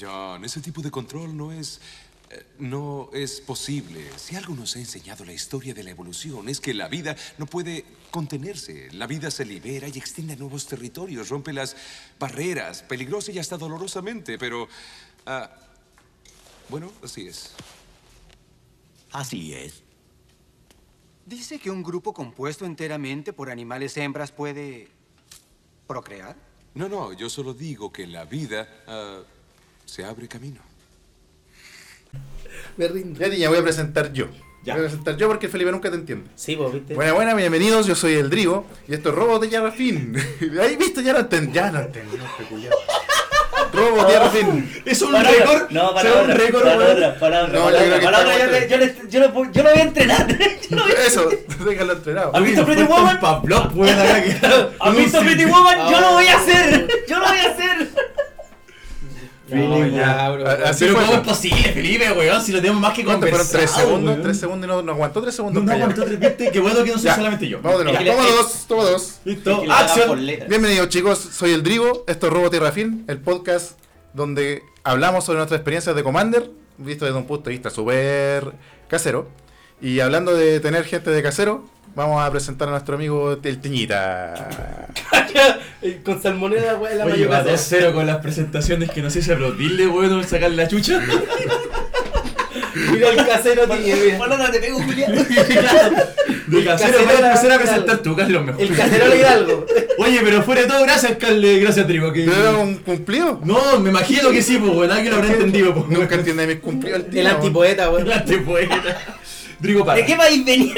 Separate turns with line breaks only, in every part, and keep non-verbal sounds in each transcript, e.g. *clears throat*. John, ese tipo de control no es... eh, No es posible. Si algo nos ha enseñado la historia de la evolución es que la vida no puede contenerse. La vida se libera y extiende a nuevos territorios, rompe las barreras, peligrosa y hasta dolorosamente, pero... ah, bueno, así es.
Así es.
¿Dice que un grupo compuesto enteramente por animales hembras puede procrear?
No, no, yo solo digo que la vida ah, se abre camino.
Me rindo. Ya, niña, voy a presentar yo.
Ya.
Voy a presentar yo porque el Felipe nunca te entiende.
Sí, vos viste.
Buena, buena, bienvenidos, yo soy el Drigo y esto es Robo de
*laughs*
Yarrafin. Ahí visto, ya lo entendí. Ya lo entendí, este culiao. Robo de Yarrafin.
*laughs* Es un
Para
récord.
otra, no, para
es un
otra,
récord,
para
weón.
otra, para otra,
No,
para
yo creo
otra,
que
para
está
otra, yo le- yo
muerto.
le- yo lo puedo- yo lo voy a entrenar. *laughs* Yo lo voy a-
Eso, *laughs* déjalo entrenado.
¿Has visto Pretty Woman?
Pablo, weón, acá que-
¿Has visto Pretty Woman? Yo lo voy a hacer. Yo lo voy a hacer.
No, ya, bro.
A- Así
Pero
fue.
¿cómo es posible, Felipe, weón? Si lo tenemos más que
¿Cuánto fueron?
conversado,
¿Tres segundos?
weón.
¿Tres segundos? y No, no aguantó tres
No,
segundos.
no,
calla.
aguantó tres, viste, qué bueno que no soy
Ya.
solamente yo.
Vamos de nuevo.
Ya.
Toma dos, toma dos.
Listo,
Que lo haga por
acción.
letra.
Bienvenidos chicos, soy el Drigo, esto es Robo Tierra Fin, el podcast donde hablamos sobre nuestras experiencias de Commander, visto desde un punto de vista súper casero. Y hablando de tener gente de casero, vamos a presentar a nuestro amigo el Tiñita.
Eh, Con salmonera, güey, la
Oye, va
mayonesa.
2-0 con las presentaciones que no sé si aplaudirle, weón, o sacar la chucha.
Mira el casero, tiñe, mira.
Paloma, te pego, Julián.
De casero,
casero
voy a
era-
empezar a presentar tú, Carlos, mejor.
El casero le da algo.
*laughs* Oye, pero fuera de todo, gracias, Carle, gracias, Trigo. Que...
¿Pero era un cumplido?
No, me imagino que sí, pues, weón, alguien lo habrá entendido, pues.
Nunca entiende mis cumplidos el
El
Tiñita.
*laughs*
antipoeta, güey.
La poeta. Drigo para.
¿De qué país *laughs* venía?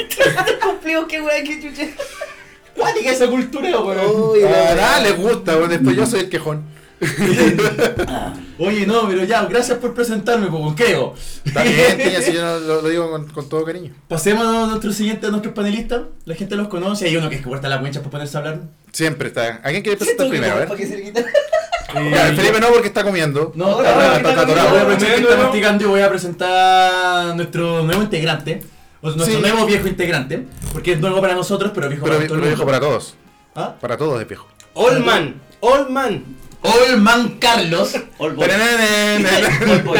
Cumplido, qué weá, qué chucha.
cuática esa cultura, weón?
Uy,
Ah,
la-
nada, les gusta, bueno, después yo soy el quejón.
Oye, no, pero ya, gracias por presentarme, pues, weón, creo.
Está
*laughs*
bien, Tiña, si yo no- lo, lo digo con, con todo cariño.
Pasemos a nuestro siguiente, a nuestros panelistas. La gente los conoce. Hay uno que es que guarda la cuencha para ponerse a hablar.
Siempre está. ¿A quién quiere
Siento
presentar
que
primero? A
como
ver.
pa' que se le quita.
Ya, el Felipe no porque está comiendo.
No,
Hola,
está-
hola,
está
¿qué tal,
atorado.
amigos?
Ah, Voy a aprovechar que
Tremendo,
está
¿no?
masticando y voy a presentar a nuestro nuevo integrante. O nuestro
Sí.
nuevo viejo integrante. Porque es nuevo para nosotros, pero viejo
Pero
para todo
lo
el
dejo
mundo.
para todos.
¿Ah?
Para todos de viejo.
Old man, old man.
Old Man Carlos.
All boy. All
Pero
boy.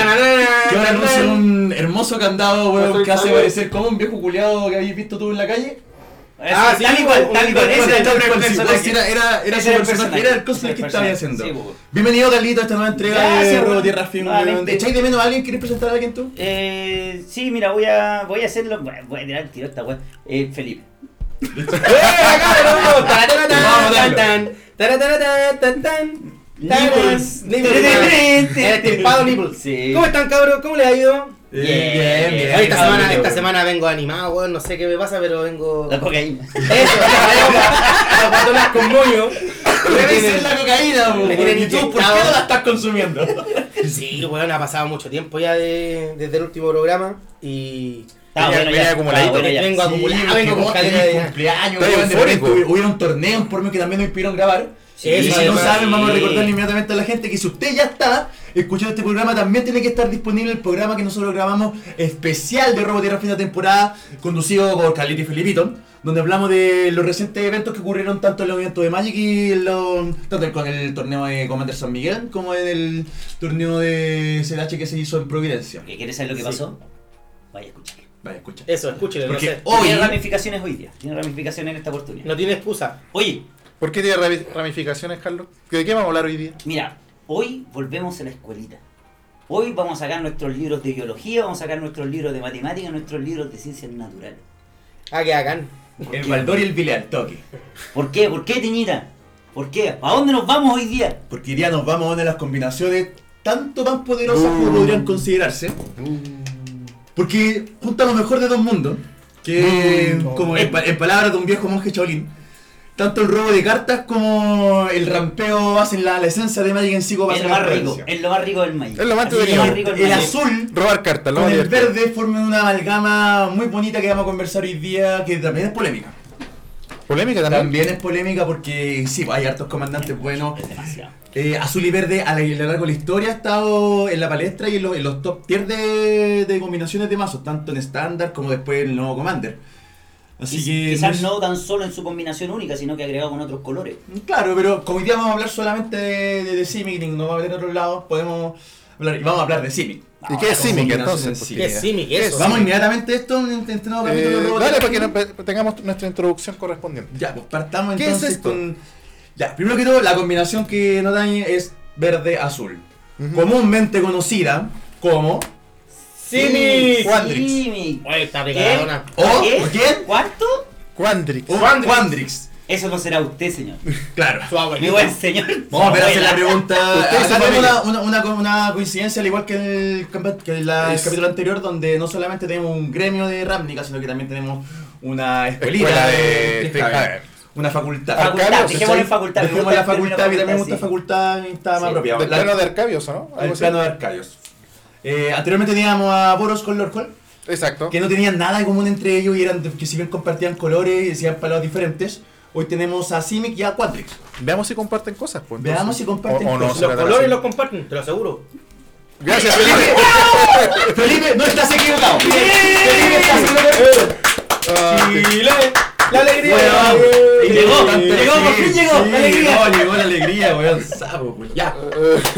Que ahora anuncia un hermoso candado, weón,
Otro
que hace
candado.
parecer como un viejo culiado que habéis visto tú en la calle.
Ah,
sí,
tal y cual,
un-
tal y cual.
un-
Ese
Bueno,
era el
tal
nombre del
cual, sí,
personaje.
pues, era, era, era
Ese era
su
el
personaje,
personaje.
era el cosplay
Ese
que
era el
estaba
personaje,
haciendo.
sí, pues.
Bienvenido, Carlito, a esta nueva entrega de
Gracias,
Robo
weón.
Tierra Film. weón.
Nuevamente.
¿Echáis de menos a alguien? ¿Quieres presentar a alguien tú?
Eh, sí, mira, voy a, voy a hacerlo. Voy a- voy a tirar el tiro a esta weá. Eh, Felipe.
*laughs*
Eh,
Vamos a darlo.
Nipples.
*laughs* Nipples.
El estirpado Nipples.
Sí.
¿Cómo están, cabros? ¿Cómo les ha ido?
Bien,
bien, bien.
Oye, Eh, esta
Pablo,
semana, esta
weón.
semana vengo animado, weón. No sé qué me pasa, pero vengo.
La cocaína.
Eso, *laughs* las patolas con moño.
Debe ser la cocaína,
Me
weón.
tienen
¿Y tú por qué
inyectado.
no la estás consumiendo?
Sí, weón, ha pasado mucho tiempo ya de- desde el último programa. Y.
Está
Venía-
bueno
venía
ya.
acumuladito.
Está bueno ya.
Vengo acumulado,
porque
vengo con
vos
caleta
tenés
de-
cumpleaños,
Estoy
weón, de
eufórico.
repente hubi- Hubieron torneos por mí que también nos impidieron grabar.
Sí,
y si
eso
no
además,
saben, vamos a
sí.
recordar inmediatamente a la gente que si usted ya está escuchando este programa, también tiene que estar disponible el programa que nosotros grabamos especial de Robo Tierra Fin de temporada, conducido por Carlito y Felipito, donde hablamos de los recientes eventos que ocurrieron tanto en el evento de Magic y en lo- tanto con el torneo de Commander San Miguel como en el torneo de CDH que se hizo en Providencia.
¿Qué quieres saber lo que
Sí.
pasó? Vaya, escucha.
Vaya, escucha.
Eso, escúchelo, no
Porque
sé.
hoy-
Tiene ramificaciones hoy día. Tiene ramificaciones en esta oportunidad.
No tiene excusa.
Oye,
¿Por qué tiene rami- ramificaciones, Carlos? ¿De qué vamos a hablar hoy día?
mira, hoy volvemos a la escuelita. Hoy vamos a sacar nuestros libros de biología, vamos a sacar nuestros libros de matemáticas, nuestros libros de ciencias naturales.
Ah, que hagan.
El Valdor y el Vile al toque.
¿Por qué? ¿Por qué, Tiñita? ¿Por qué? ¿A dónde nos vamos hoy día?
Porque ya nos vamos a una de las combinaciones tanto tan poderosas como podrían considerarse. Porque junta lo mejor de dos mundos. Que, como en, pa- en palabras de un viejo monje chaolín, tanto el robo de cartas como el rampeo hacen la, la esencia de Magic en sí. como
Es
hacen
lo
la
más rico,
referencia.
es lo más rico del maíz.
Es lo más
Así que
entretenido.
rico del
El
maíz.
azul
Robar cartas, lo
con
más
el
divertido.
verde forman una amalgama muy bonita que vamos a conversar hoy día, que también es polémica.
Polémica también.
También es polémica porque sí, hay hartos comandantes buenos,
Es demasiado.
Eh, azul y verde a la- a lo largo de la historia ha estado en la palestra y en los, en los top tier de, de combinaciones de mazos, tanto en estándar como después en el nuevo Commander. Así
Quiz-
que.
Quizás
es-
no tan solo en su combinación única, sino que agregado con otros colores.
Claro, pero como hoy día vamos a hablar solamente de, de, de Simic, no va a haber otros lados, podemos hablar- y vamos a hablar de Simic.
¿Y qué es
son
Simic,
combinaciones
entonces?
de
¿Qué
Simic.
sí, Miguel? Eso,
Vamos
sí.
inmediatamente a esto, un entrenado
Eh,
capítulo de Robotech.
dale, para que no- tengamos nuestra introducción correspondiente.
Ya, pues partamos
¿Qué es
entonces
esto?
con. Ya, primero que todo, la combinación que nos dan es verde-azul. Comúnmente conocida como.
Simic.
Quandrix.
Simic.
Oye, está pegadona.
¿O
¿Qué?
quién?
¿Cuánto?
Oh, Quandrix.
O
Quandrix.
Quandrix.
Eso no será usted,
*laughs*
señor.
Claro.
Su
Mi
abuelita.
buen señor.
Vamos a ver, hacer la
Abuela.
pregunta.
Usted y su
Acá tenemos
familia.
una, una, una, co- una coincidencia, al igual que el, campe- que la- el
Es-
capítulo anterior, donde no solamente tenemos un gremio de Ramnica, sino que también tenemos una escuelita
Escuela de-
de
de-
Javier. Una facultad.
Ah, Arcadio,
Facultad,
Facultad, dejémoslo en facultad. me
Dejemos la
gusta el término
facultad, que también me gusta
sí.
facultad, y está
Sí.
más apropiado.
Del
La-
plano de Arcabios, ¿o ¿no? Algo
El
así.
plano de Arcadios. Eh, anteriormente teníamos a Boros con Lord Hall,
Exacto.
que no tenían nada en común entre ellos y eran que si bien compartían colores y decían palabras diferentes. Hoy tenemos a Simic y a Quadrix.
Veamos si comparten cosas. Pues, entonces.
Veamos si comparten
O- o no,
cosas.
se
Los
trata
colores
así.
los comparten, te lo aseguro.
*laughs*
Gracias, Felipe.
*laughs* Felipe, no estás equivocado. Felipe, estás en lo correcto.
Ah,
Chile, la alegría.
Weón,
Eh,
llegó,
eh,
llegó, por fin llegó.
sí,
la alegría. Llegó, llegó la alegría, weón. Sapo, weón. *laughs* Ya.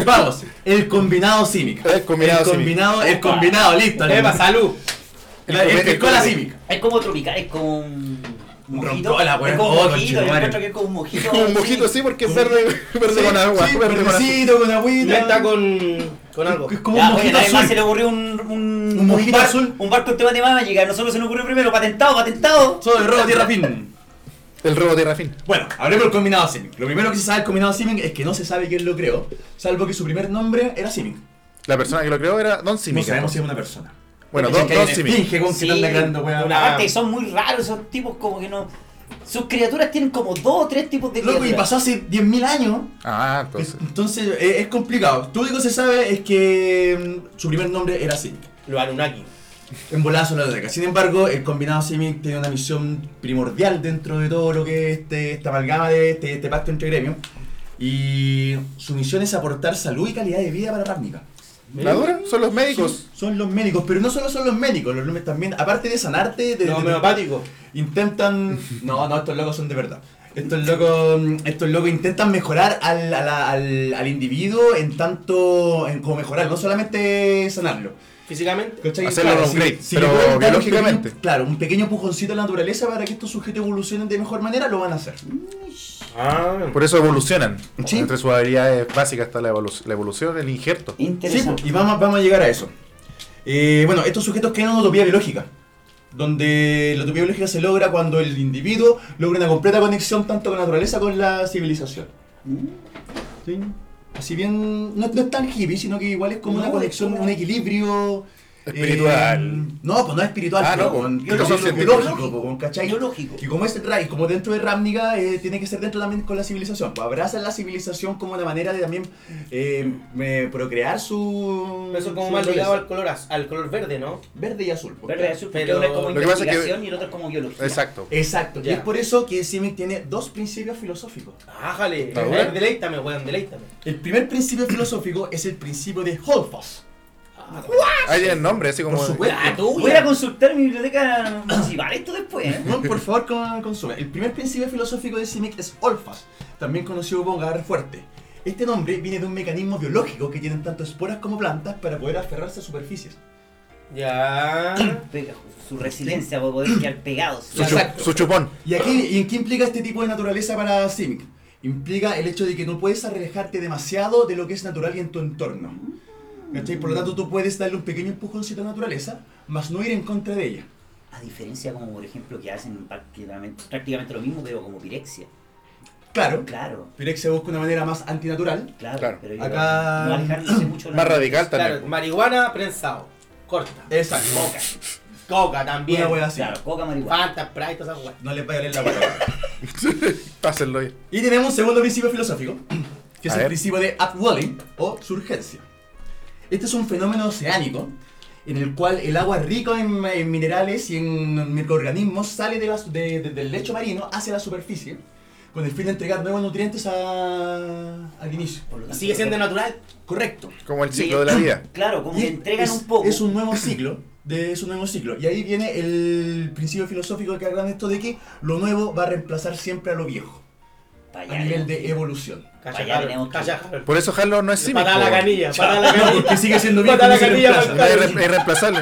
Vamos, el combinado cívico.
El combinado
El
cívico.
combinado, el combinado, listo.
Eva, salud.
El, el, el, con la cívica.
Es como tropical, es como un
Un
mojito.
rompola,
es
weón.
como
Oh,
un mojito, yo
conchetumare.
encuentro que es como un mojito.
Como *laughs* un mojito así, porque es verde, verde
Sí,
con agua.
Sí,
verde con azúcar.
verdecito, con agüita.
Ya está con, con algo.
Es como
Ya,
un
oye,
mojito
nadie más
azul.
se le ocurrió un, un,
Un mojito
bar-
azul.
Un barco tema de temática. A nosotros se nos ocurrió primero, patentado, patentado.
Soy el robo tierra fin.
El robo de Rafín.
Bueno, hablemos del combinado Simic. Lo primero que se sabe del combinado Simic es que no se sabe quién lo creó, salvo que su primer nombre era Simic.
La persona que lo creó era Don
No
Simic.
sabemos si es una persona.
Bueno,
Porque
Don,
si es
Don Simic.
que hay una esfinge con que anda creando, weón.
una-
aparte son muy raros esos tipos como que no... Sus criaturas tienen como dos o tres tipos de
Loco,
criaturas.
y pasó hace 10.000 años.
Ah,
Entonces, e-,
entonces.
es, es complicado. Lo único que se sabe es que mm, su primer nombre era Simic.
Los Anunnaki.
En volazo la teca. Sin embargo, el combinado Simic tiene una misión primordial dentro de todo lo que es este, esta amalgama de este, este pacto entre gremios. Y su misión es aportar salud y calidad de vida para Ravnica.
¿La dura? Son los médicos.
Son los médicos, pero no solo son los médicos, los lumes también, aparte de sanarte, de,
Los
de-
homeopáticos.
intentan. No, no, estos locos son de verdad. Estos locos, estos locos intentan mejorar al, a la- al, al individuo en tanto en como mejorar, no solamente sanarlo.
Físicamente.
¿Cachai?
Hacerlo
Claro,
un upgrade,
le
pero
pueden dar un
biológicamente.
pequeño- claro, un pequeño pujoncito a la naturaleza para que estos sujetos evolucionen de mejor manera, lo van a hacer.
Ah.
Por eso evolucionan.
Sí.
Entre sus habilidades básicas está la, evolu- la evolución, el injerto.
Interesante.
Sí, pues, y vamos, vamos a llegar a eso. Eh, bueno, estos sujetos crean una utopía biológica, donde la utopía biológica se logra cuando el individuo logra una completa conexión tanto con la naturaleza como con la civilización.
Mm.
¿Sí? Así bien, no, no es tan hippie, sino que igual es como
No,
una
es
conexión,
como-
un equilibrio...
Espiritual.
eh, no, pues no es espiritual,
Ah,
pero
no,
con-
pues,
con-
biológico.
biológico, pues, con- ¿cachai?
Biológico.
Y como, es, Ra- y como dentro de Ramnica, eh, tiene que ser dentro también con la civilización. Pues abraza la civilización como una manera de también eh, eh, procrear su.
Eso es como
su
más ligado al
naturaleza.
color, az- al color verde, ¿no?
Verde y azul. pues,
Verde
claro.
azul, porque
Pero-
uno es como
Lo que pasa es que-
investigación y el otro es como biología.
Exacto.
Exacto. Y
Ya.
es por eso que Simic tiene dos principios filosóficos.
Ájale.
¿Está buena?
Deleítame, weón, deleítame.
El primer principio filosófico es el principio de Holfos.
Hay el nombre, así como.
Por supuesto.
Ah, tú,
Voy a ir a consultar mi biblioteca municipal esto después, ¿eh?
No, por favor, con- consume. El primer principio filosófico de Simic es Olfas, también conocido como agarre fuerte. Este nombre viene de un mecanismo biológico que tienen tanto esporas como plantas para poder aferrarse a superficies.
Ya.
Pega Su resiliencia para poder quedar pegados.
Su, chu-
Exacto.
su chupón.
¿Y, aquí, ¿Y en qué implica este tipo de naturaleza para Simic? Implica el hecho de que no puedes alejarte demasiado de lo que es natural y en tu entorno. ¿Cachai? Por lo tanto, tú puedes darle un pequeño empujoncito a la naturaleza, mas no ir en contra de ella.
A diferencia como por ejemplo que hacen prácticamente, prácticamente lo mismo pero como pirexia.
Claro,
Claro,
Pirex se busca una manera más antinatural.
claro.
Claro.
Pero yo
Acá-
no alejándose mucho. de la
Más radical también.
*laughs*
Claro, marihuana prensado. Corta.
Exacto.
Coca. Coca también.
Una wea así.
Claro, coca
Ah,
marihuana.
Fanta, Sprite, todas esas weas.
No les vaya a leer la palabra.
Pásenlo ahí.
Y tenemos un segundo principio
*clears throat*
filosófico, que es
A
el
ver.
principio de upwelling o surgencia. Este es un fenómeno oceánico en el cual el agua rica en, en minerales y en microorganismos sale de la su- de- de- del lecho marino hacia la superficie con el fin de entregar nuevos nutrientes a- al inicio.
Por lo tanto,
Sigue siendo natural.
Correcto.
Como el ciclo de la vida.
*coughs* Claro, como
Y
que
es-
entregan
es-
un poco.
Es un nuevo ciclo. De, es un nuevo ciclo. Y ahí viene el principio filosófico que hablan esto de que lo nuevo va a reemplazar siempre a lo viejo.
Para
a nivel de evolución.
Para allá tenemos
Calla,
que
calla.
ir.
Harold.
Por eso Harlow no es Simic.
Patada a la
po.
canilla, patada a la
No,
canilla.
*laughs* porque sigue siendo viejo,
Patada a
no
la
se
canilla.
reemplaza.
No,
para
es,
el
re- es reemplazable.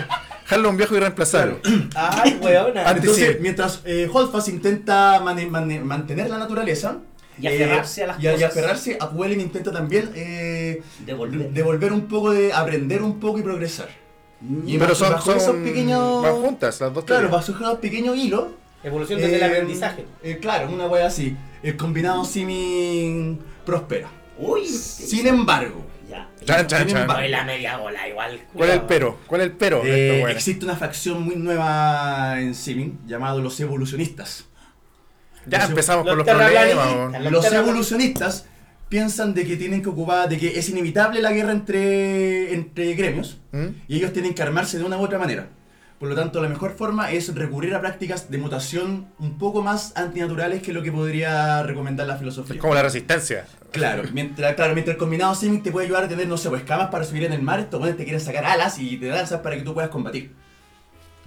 Harlow es un viejo irreemplazable.
Ay, weona.
Antes
Entonces,
sí.
mientras eh, Holfast intenta mane- mane- mantener la naturaleza
Y
eh,
aferrarse a las
y a- y
cosas.
aferrarse, Apuelen intenta también eh,
Devolver.
devolver un poco de aprender un poco y progresar. Y
Pero
bajo-
son,
bajo
son
esos pequeños-
van juntas las dos
Claro,
teorías.
bajo esos pequeños hilos.
Evolución desde el
eh,
aprendizaje.
eh, claro, una wea así. El combinado simi prospera.
Uy, este,
Sin embargo,
ya.
Chan, chan,
Tienen
chan.
varios.
Ay, la media bola, igual.
¿Cuál es el
culiao.
pero? ¿Cuál es el pero? de
eh,
esta buena?
existe una facción muy nueva en Simin llamado los evolucionistas.
Ya
Los evo-
empezamos con
Los
los problemas.
terraplanistas.
weón.
Los
Los
terraplan-
evolucionistas piensan de que tienen que ocupar, de que es inevitable la guerra entre, entre gremios
¿Mm?
y ellos tienen que armarse de una u otra manera. Por lo tanto, la mejor forma es recurrir a prácticas de mutación un poco más antinaturales que lo que podría recomendar la
Es
filosofía.
como la resistencia.
Claro, mientras, claro, mientras el combinado Simic te puede ayudar a tener, no sé, pues, escamas para subir en el mar, estos buenos te quieren sacar alas y te lanzas para que tú puedas combatir.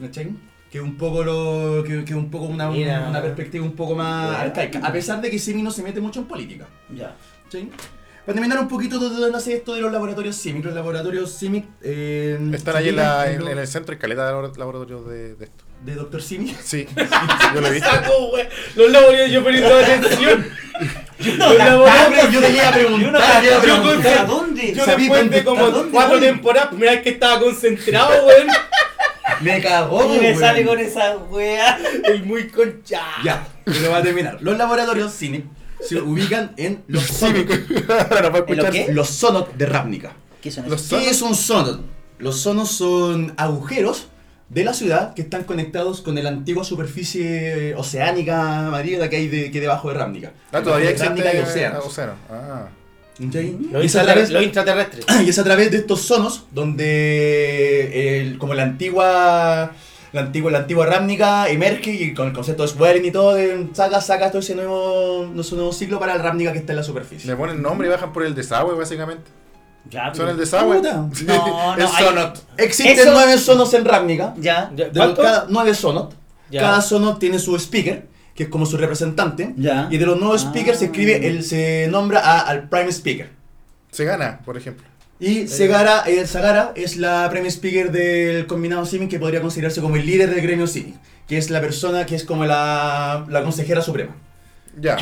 ¿Cachai? Que es un poco lo. que, que es un poco una,
Mira.
una perspectiva un poco más
Bueno.
arcaica. A pesar de que Simic no se mete mucho en política.
Ya.
¿Cachai? Para terminar un poquito de dónde nace esto de los laboratorios Simic. Los laboratorios Simic eh,
Están
se
ahí en, la-
ubican
en-
lo-
en el centro y caleta de labor- laboratorios de, de esto.
de Doctor
*laughs*
Simic.
Sí, *laughs* yo lo he visto. *laughs*
Saco, we- Los laboreos yo poniendo *laughs* atención. Los
*laughs*
laboreos.
yo te iba a preguntar. te iba a
Yo
preguntar.
con-
¿A dónde?
Yo
Sabí
después
dónde
de como
está, dónde
cuatro
voy.
temporadas, primera vez que estaba concentrado, weón.
Me cagó,
Y me
weón.
sale con esa wea.
El muy concha.
Ya, lo va a terminar. Los laboratorios Simic se ubican en los Simic.
Ahora va a
¿En lo
escuchar-
qué?
Los sonot de Ravnica.
¿Qué son
Los
esos?
¿Qué es un sonot? Los sonos son agujeros de la ciudad que están conectados con la antigua superficie oceánica marina que hay de- que hay debajo de Ravnica.
Ah, todavía
Ravnica
existe
y
océano.
océanos.
océano. Ah.
¿Cachai?
Los
Y es a
intratra-
través-
los intraterrestres.
*clears throat* Y es a través de estos sonos donde el- como la antigua la antigua la antigua Ravnica emerge y con el concepto de Swelling y todo de- saca saca todo ese nuevo ese nuevo ciclo para el Ravnica que está en la
Le
superficie.
ponen nombre y bajan por el desagüe, básicamente.
Ya,
Son el
pero-
desagüe.
Puta.
Sí, *laughs*
No, no,
es
hay-
Sonot.
Existen
Eso-
nueve sonos en Ravnica.
Ya.
Ya,
De los
¿cuánto?
cada, nueve sonos.
Ya.
Cada sono tiene su speaker, que es como su representante.
Ya.
Y de los nuevos speakers se
Ah.
escribe, el, se nombra a- al prime speaker.
Se gana, por ejemplo.
Y Segara, el Sagara es la prime speaker del combinado Simic que podría considerarse como el líder del gremio Simic, que es la persona que es como la, la consejera suprema.
Ya.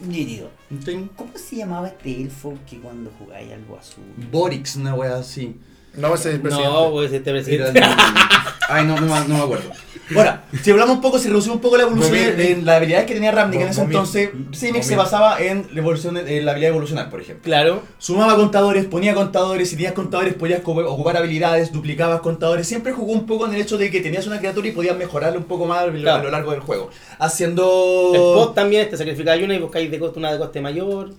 Nítido.
¿Entienden?
¿Cómo se llamaba este elfo que cuando jugáis algo azul?
Borix, una wea así.
No va a ser presidente.
No, pues este
Era-
*laughs* presidente.
Ay, no, no, me- no me acuerdo. Ahora, si hablamos un poco, si reducimos un poco la evolución
Vomir.
en la habilidad que tenía Ravnica en ese
Vomir.
entonces, Simic se
Vomir.
basaba en la, evolución, en la habilidad de evolucionar, por ejemplo.
Claro.
Sumaba contadores, ponía contadores, si tenías contadores podías co- ocupar habilidades, duplicabas contadores. Siempre jugó un poco en el hecho de que tenías una criatura y podías mejorarla un poco más a lo- a lo
Claro.
largo del juego.
El
Haciendo...
post también, te sacrificáis una y buscáis de coste una de coste mayor.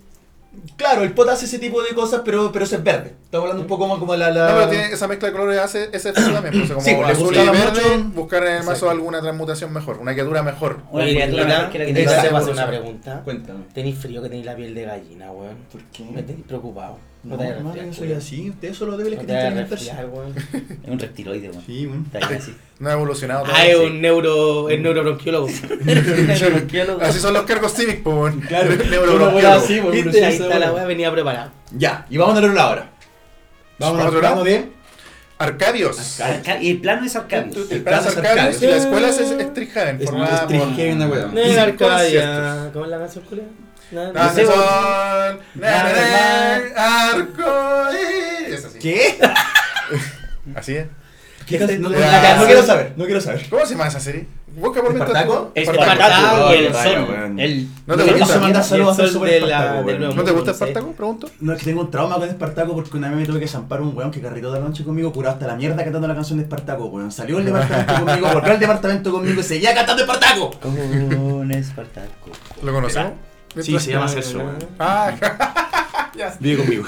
Claro, el pot hace ese tipo de cosas, pero, pero eso es verde. Estamos hablando un poco más como la... la-
No, pero tiene esa mezcla de colores hace ese efecto también. pues, como
Sí, pues, le
azul y
gustaba
verde,
mucho.
buscar en el mazo
Exacto.
alguna transmutación mejor, una criatura mejor.
Una
Oye,
criatura
Nicolás,
mejor que la
Nicolás,
criatura.
te voy a hacer
Exacto.
una pregunta.
Cuéntame.
Tenéis frío que tenéis la piel de gallina, weón.
¿Por qué?
Me tenéis preocupado.
No,
No, te vayas a
hermano,
resfriar,
yo soy
culiao.
así. Ustedes son los débiles
No
que
te
tienen que
vayas a
alimentarse.
resfriar, weón.
Es un reptiloide, weón.
Sí, bueno.
Está bien así.
No ha evolucionado
Ah, es
todavía.
un neuro, es neurobronquiólogo. *laughs*
Así son los cargos cívicos, po, weón.
Claro. Una
Neurobronquiólogo.
wea así, weón,
¿Viste?
evolución
Ahí
esa
está la
weá.
weá, venía preparada.
Ya, y vamos a darle una hora. Vamos
¿Para
a
otro
hablar
lado?
de.
Arcadios.
Arca- Y el plano es Arcadio.
El plan
Plaza
Arcadios.
Arcadios.
Y la escuela es Strixhaven, formada por...
una
No
weá.
es
Y
Arcadia.
conciertos.
¿Cómo es la canción, culia?
Ah,
Nada,
son-
no
na, na, na, arcoíris. Es así.
¿Qué?
*laughs* Así es.
¿Qué estás- no, no,
Ah.
no quiero saber, no quiero saber.
¿Cómo se llama esa serie? Busca por mientras
¿Espartaco?
tú.
Es
Espartaco.
Espartaco y el
Espartaco,
sol.
weón.
El-
¿No te
el-
gusta?
el-
manda saludos
el
al
sol
Super
de la-
Espartaco,
del
weón.
nuevo
¿No te
mundo,
gusta
sé.
Espartaco? Pregunto.
No, es que tengo un trauma con Espartaco porque una vez me tuve que zampar un weón que carretó de la noche conmigo, curado hasta la mierda cantando la canción de Espartaco, weón. Salió el departamento conmigo, volvió al departamento conmigo y seguía cantando Espartaco.
Un Espartaco.
¿Lo conocemos?
Sí, se llama Celso, weón.
Ah, *laughs*
Vive conmigo.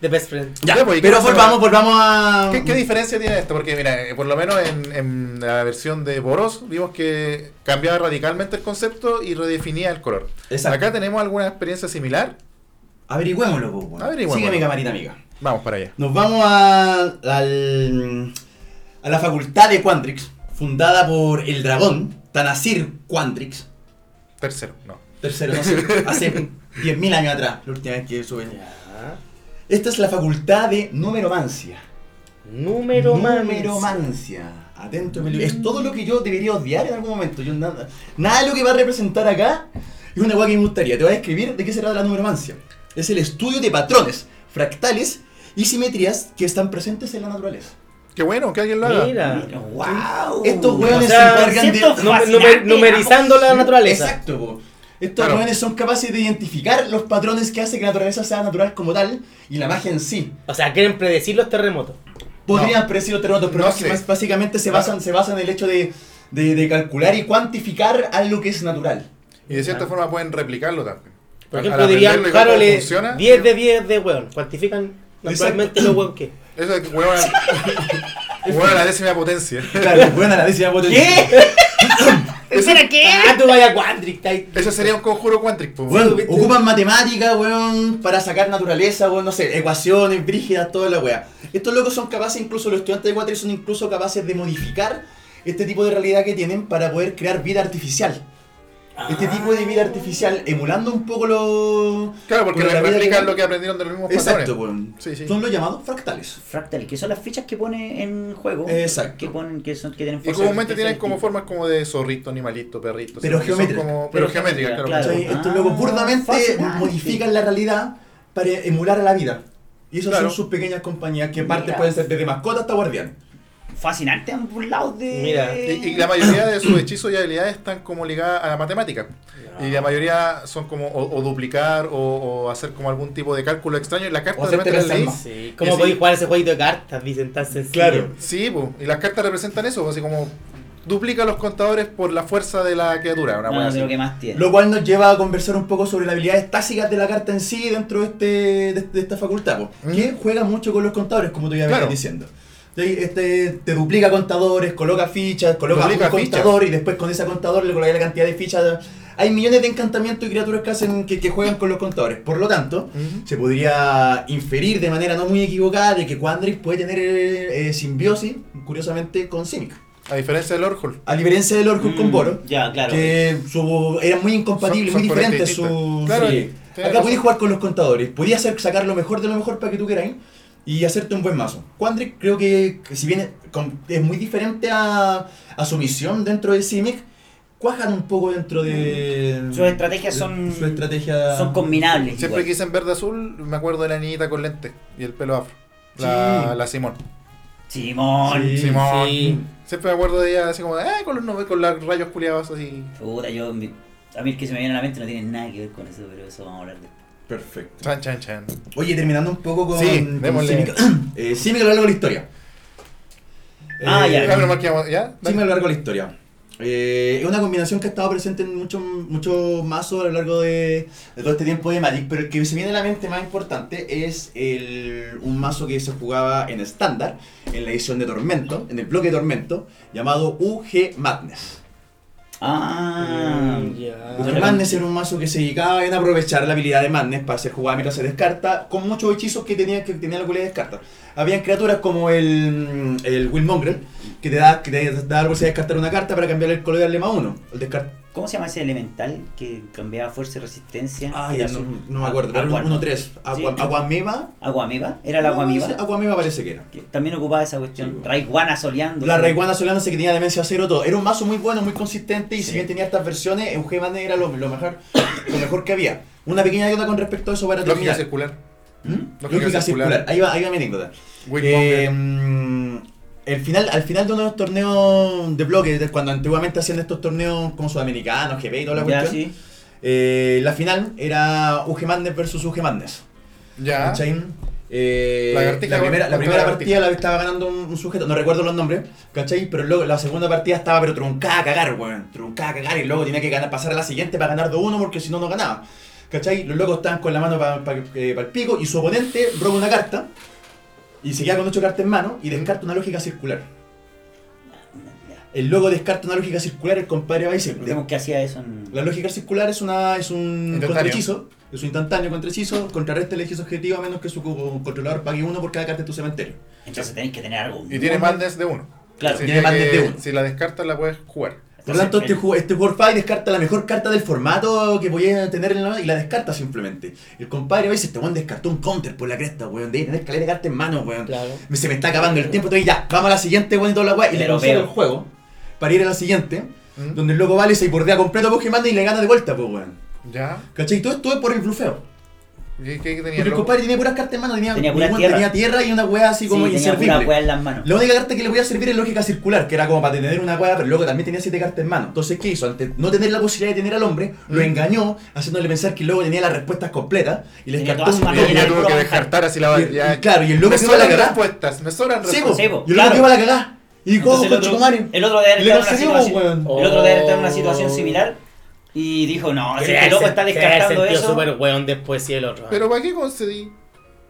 The best friend.
Ya,
Ya, pues, ¿y qué
pero
pasa?
volvamos, volvamos a.
¿Qué, qué diferencia tiene esto? Porque mira, eh, por lo menos en, en la versión de Boros vimos que cambiaba radicalmente el concepto y redefinía el color.
Exacto.
Acá tenemos alguna experiencia similar.
Averigüémoslo, po, weón.
Averigüémoslo.
Sígueme, camarita amiga.
Vamos para allá.
Nos vamos a, al- a la facultad de Quantrix, fundada por el dragón Tanasir Quantrix.
Tercero, no.
Tercero, no sé, hace 10.000 años atrás, la última vez que supe.
Ya.
Esta es la facultad de numeromancia.
Número más.
Numeromancia. Atento, Emilio. Es todo lo que yo debería odiar en algún momento. Yo nada, nada de lo que va a representar acá es una hueá que me gustaría. Te voy a describir de qué será la numeromancia. Es el estudio de patrones, fractales y simetrías que están presentes en la naturaleza.
Qué bueno, que alguien lo haga.
Mira.
¡Wow!
Estos
O
hueones se
sea,
encargan de.
siento-
num- numer-
Fascinante,
numerizando la naturaleza.
Exacto, po. Estos
Claro.
hueones son capaces de identificar los patrones que hacen que la naturaleza sea natural como tal y la magia en sí.
O sea, quieren predecir los terremotos.
Podrían predecir los terremotos, pero
No
basi-
sé.
bas- básicamente se basan, se basan en el hecho de, de- de calcular y cuantificar algo que es natural.
Y de cierta forma pueden replicarlo también.
Por
Al-
ejemplo,
al
dirían,
aprenderle cómo
Harold, es
funciona,
10 de 10 de weón. Cuantifican naturalmente los
*laughs*
weón que.
Eso es que huevo a la décima potencia.
Claro, buena la décima potencia.
¿Para qué? Ah, tú vaya a Quandrick, está ahí.
Eso sería un conjuro pues. cuántric. po.
Weón, ocupan matemática, weón, para sacar naturaleza, weón, no sé, ecuaciones, brígidas, toda la weá. Estos locos son capaces, incluso los estudiantes de Quatri son incluso capaces de modificar este tipo de realidad que tienen para poder crear vida artificial. Este tipo de vida artificial, emulando un poco lo...
Claro, porque
con la vida
replican
que-
lo que aprendieron de los mismos
Exacto, pues.
patrones.
weón.
Sí, sí.
Son los llamados fractales.
Fractal, que son las fichas que pone en juego.
Exacto.
Que, ponen, que, son, que tienen
Y
fuerzas
comúnmente tienen
artificiales
como
distintas.
formas como de zorrito, animalito, perrito.
Pero
sino que son
geométrica.
como-
Pero
Pero geométricas,
geométrica,
claro.
claro.
¿Cachai?
Ah,
Estos locos burdamente
fascinante.
modifican la realidad para emular a la vida. Y esas
Claro.
son sus pequeñas compañías que
Mira.
parte pueden ser desde mascota hasta guardián.
Fascinante ambos lados de. Ah,
Mira,
Y, y la mayoría de sus hechizos y habilidades están como ligadas a la matemática. Y
Ah.
la mayoría son como o, o duplicar o, o hacer como algún tipo de cálculo extraño. Y las
O
cartas de
hacerte
repente las
pensar
leís.
más.
Sí,
Y
¿cómo
así-
podéis jugar ese jueguito de cartas, dicen tan sencillo?
Claro.
Sí, po. y las cartas representan eso, así como duplica los contadores por la fuerza de la criatura. Una
No,
wea
no,
así.
de lo Ah, que más tiene.
Lo cual nos lleva a conversar un poco sobre las habilidades tácticas de la carta en sí dentro de, este, de, de esta facultad, po,
Mm.
que juega mucho con los contadores, como tú ya me
Claro.
estás diciendo. ¿Cachai? Este, te duplica contadores, coloca fichas, coloca
Duplica
un
fichas.
contador y después con ese contador le colocas la cantidad de fichas. Hay millones de encantamientos y criaturas que, hacen, que, que juegan con los contadores. Por lo tanto,
Ujú.
se podría inferir de manera no muy equivocada de que Quandrix puede tener eh, eh, simbiosis, curiosamente, con Simic.
A diferencia del Orhol.
A diferencia del Orcus con
Mm,
Boro,
Ya, claro.
que su- eran muy incompatibles,
Son-
muy
son por
diferentes
este
su...
distinto. Claro,
sí.
sí,
Acá
razón.
podías jugar con los contadores, podías hacer, sacar lo mejor de lo mejor para que tú queráis y hacerte un buen mazo. Quandrix creo que, que si bien es, con- es muy diferente a, a su misión dentro de Simic, cuajan un poco dentro de...
Sus estrategias son-
Su estrategia...
son combinables.
Siempre
igual.
quise en verde azul, me acuerdo de la niñita con lentes y el pelo afro. La,
Sí.
la Simón.
Simón.
Sí.
Simón.
sí.
Siempre me acuerdo de ella así como, eh, con los nubes, con los rayos culiados así.
Puta, yo. mi- A mí el que se me viene a la mente no tiene nada que ver con eso, pero eso vamos a hablar después.
Perfecto.
Chan, chan, chan.
Oye, terminando un poco con.
Sí,
con
démosle.
Simic. *coughs* eh, Simic a lo largo de la historia.
Ah,
Eh,
ya.
Ya, pero más que vamos- ¿Ya?
Simic a lo largo de la historia. Eh, es una combinación que ha estado presente en muchos mucho mazos a lo largo de, de todo este tiempo de Magic, pero el que se viene a la mente más importante es el, un mazo que se jugaba en estándar, en la edición de Tormento, en el bloque de Tormento, llamado UG Madness.
Ah.
Ya.
Porque Madness era un mazo Mm, que se dedicaba en aprovechar la habilidad de Madness para hacer jugada mientras se descarta, con muchos hechizos que tenían que tenían la habilidad de descarta. Habían criaturas como el, mm, el Willmonger, que te da, que te da la posibilidad de descartar una carta para cambiar el color y darle más uno. El descart
¿Cómo se llama ese elemental que cambiaba fuerza y resistencia?
Ah,
Era
ya no,
azul.
no me acuerdo, pero
Agua-
era un 1-3. Agua,
Sí.
Aguameba.
¿Aguamiba? ¿Era el aguamiba?
No, Aguameba parece que era.
Que también ocupaba esa
Sí,
cuestión.
bueno.
Raiguana soleando.
La Raiguana Solana se que tenía demencia cero todo. Era un mazo muy bueno, muy consistente y
Sí.
si bien tenía estas versiones, Eugen Madness era lo, lo mejor, *coughs* lo mejor que había. Una pequeña ayuda con respecto a eso para
Lógica
terminar.
circular.
¿Mm?
Lógica
Lógica
circular.
circular. Ahí va, ahí va mi anécdota.
Willmonger.
Eh, mm, el final, al final de uno de los torneos de bloque, de cuando antiguamente hacían estos torneos como sudamericanos, GB y toda la
Ya,
cuestión,
sí.
eh, la final era UG Madness versus UG Madness.
ya.
¿Cachai? Eh,
Lagartija
la primera,
contra
la primera
lagartija.
partida la estaba ganando un, un sujeto, no recuerdo los nombres, ¿cachai? Pero luego la segunda partida estaba pero truncada a cagar, weón. Truncada a cagar y luego tenía que ganar, pasar a la siguiente para ganar 2-1 porque si no, no ganaba. ¿Cachai? Los locos estaban con la mano para el pico y su oponente roba una carta y se queda con ocho cartas en mano y descarta una lógica circular. El loco descarta una lógica circular, el compadre va y se...
Vemos que hacía eso en.
La lógica circular es una es un
Instantáneo.
contrahechizo, es un instantáneo contrahechizo, contrarresta el hechizo objetivo a menos que su co- controlador pague uno por cada carta de tu cementerio.
Entonces tenéis que tener algo.
Y tiene madness de uno.
Claro,
Así
tiene
que
madness de uno.
Si la descartas, la puedes jugar.
Por lo tanto, este,
Entonces,
ju- este Warfy descarta la mejor carta del formato que podía tener en la mano y la descarta simplemente. El compadre hoy dice, este weón descartó un counter por la cresta, weón. Debe tener caleta de carta en mano, weón.
Claro.
Me- Se me está acabando el tiempo, entonces ya, vamos a la siguiente, weón, y toda la weá. Y le
Pero
cancela
veo.
el juego para ir a la siguiente,
¿Mm?
donde el loco vale se bordea completo porque manda y le gana de vuelta, pues, weón.
Ya.
¿Cachai? Todo esto es por el blufeo.
¿Y qué tenía?
Porque el
loco?
compadre tenía puras cartas en mano, tenía,
Tenía pura
weón,
tierra.
tenía tierra y una weá así
sí,
como
tenía
inservible.
pura hueá en las manos.
La única carta que le podía servir es lógica circular, que era como para tener una cuadra, pero luego también tenía siete cartas en mano. Entonces, ¿qué hizo? Ante no tener la posibilidad de tener al hombre,
Mm.
lo engañó, haciéndole pensar que luego tenía las respuestas completas y le
Tenía
descartó
todas
un...
sus
Y ya tuvo que descartar así la
Y- y claro, y el loco
me
se va a la
sobran
cagada.
respuestas, me sobran
Sí,
respuestas.
po.
Sí, po,
Y luego
claro.
iba a la cagá. Y cojo
Entonces,
con
el,
Chucumare.
otro, el otro debe
Y le
estar en una
concedimos,
situación,
weón.
el otro debe estar en una
Oh.
situación similar y dijo, no, si
Debe
el este loco
ser-
está
debe
descartando
haber sentido
eso,
súper weón después sí el otro.
Pero ¿para qué concedí?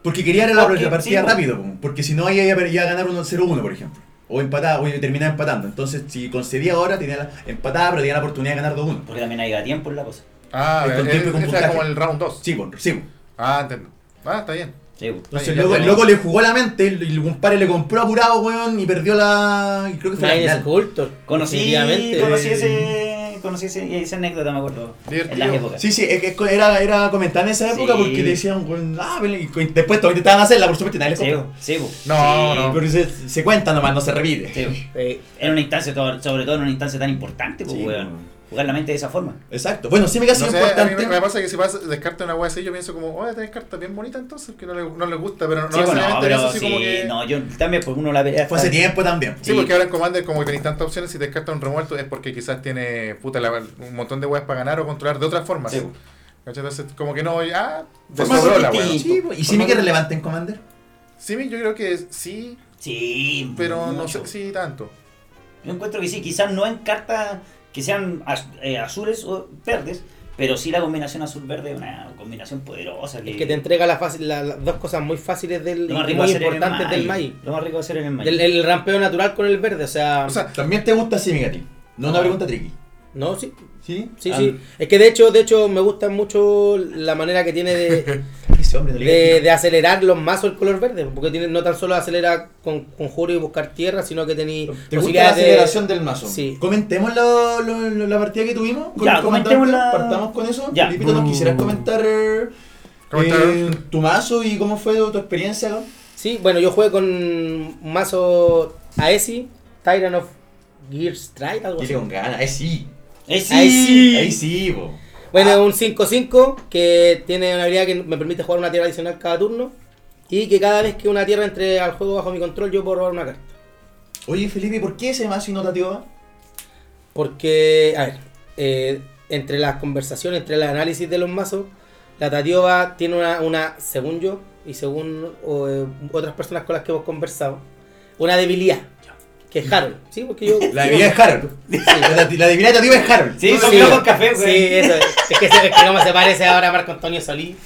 Porque quería ir a la,
Porque,
la partida
sí, po.
rápido, po, porque si no, ahí iba a- iba a ganar un 0-1, por ejemplo. O empataba, o terminaba empatando. Entonces, si concedía ahora, tenía la empatada, pero tenía la oportunidad de ganar 2-1.
porque también hay tiempo en la cosa.
Ah,
Es con
eh,
tiempo y con
ese era
puntaje.
como el round 2.
Sí, po, sí. po.
Ah, entiendo. Ah, está bien.
Sí, pues. weón.
Entonces
Ahí,
el
ya
loco, el
tenemos.
loco le jugó la mente, el, el compadre le compró apurado, weón, y perdió la. y creo que fue la
Nadie es
final.
culto.
Conocí,
definitivamente.
conocí ese, conocí ese, esa anécdota, me acuerdo. En
Divertido.
las épocas.
Sí, sí, es que es co- era, era comentar en esa época
Sí.
porque decían, weón, ah, vele, y co- y después todos intentaban hacerla, por supuesto, y nadie le
Sí,
compró.
weón, sí, weón.
No,
Sí,
no.
Pero se, se cuenta nomás, no se repite.
sí, pues. weón.
Eh,
Era una instancia, to- sobre todo en una instancia tan importante, pues,
Sí,
weón. Jugar la mente de esa forma.
Exacto. Bueno, sí me
No
casi
sé, a mí
importante.
me, me pasa que si pasa, descarta una wea así, yo pienso como, oh, tenés carta bien bonita entonces, que no le, no le gusta, pero no
sí, pues, no,
necesariamente
pero
eso, así
sí,
como que...
no, yo también, pues uno la ve.
Fue hace tiempo también.
Sí,
sí.
porque ahora en Commander como que tenéis tantas opciones, si descarta un remuerto es porque quizás tiene puta la- un montón de weas para ganar o controlar de otras formas.
Sí.
¿cachai? Entonces como que no, y- ah, te
Formato
sobró la wea.
distinto. Sí, po, ¿Y Simi que es relevante en Commander?
Simi yo creo que sí,
Sí,
pero no
mucho.
sé si tanto.
Yo encuentro que sí, quizás no en cartas que sean az- eh, azules o verdes, pero sí la combinación azul-verde es una combinación poderosa. Que,
es que te entrega la fácil- la- las dos cosas muy fáciles del
lo más
y
rico va a
muy
ser en el
importantes del Magic.
Lo más rico va a ser en el Magic.
Del- el rampeo natural con el verde, o sea.
O sea,
También te gusta Simi a ti. No una pregunta tricky.
no, sí.
¿Sí?
Sí,
Ah,
sí. Es que de hecho, de hecho, me gusta mucho la manera que tiene
*laughs*
de,
Ese hombre no le cae
de,
bien.
de acelerar los mazos el color verde. Porque tiene, no tan solo acelera con conjuro y buscar tierra, sino que tiene
¿Te gusta la
de-
aceleración del mazo?
Sí.
Comentemos lo- lo- lo- la partida que tuvimos. con
Ya,
el comandante.
comentemos la-
Partamos con eso.
Ya.
Filipito, ¿nos quisieras comentar eh,
Comentar.
eh, tu mazo y cómo fue tu experiencia? ¿no?
Sí, bueno, yo jugué con un mazo Aesi, Tyrant of Gear Strike, algo así.
Dile con ganas, ahí sí.
¡Eh, sí!
Ahí sí.
Ahí sí, po.
Bueno, es
Ah.
un 5-5 que tiene una habilidad que me permite jugar una tierra adicional cada turno. Y que cada vez que una tierra entre al juego bajo mi control, yo puedo robar una carta.
Oye, Felipe, ¿por qué ese mazo y no Tatioba?
Porque, a ver, eh, entre las conversaciones, entre el análisis de los mazos, la Tatioba tiene una, una según yo y según o, eh, otras personas con las que hemos conversado, una debilidad, que es Harold. *laughs* ¿sí? Porque yo,
La debilidad es Harold. La, la debilidad de Tatioba es Harold.
Sí,
Sí,
son locos café,
sí,
güey.
eso es. Es que, se- es que como se parece ahora a Marco Antonio
*laughs*
Solís.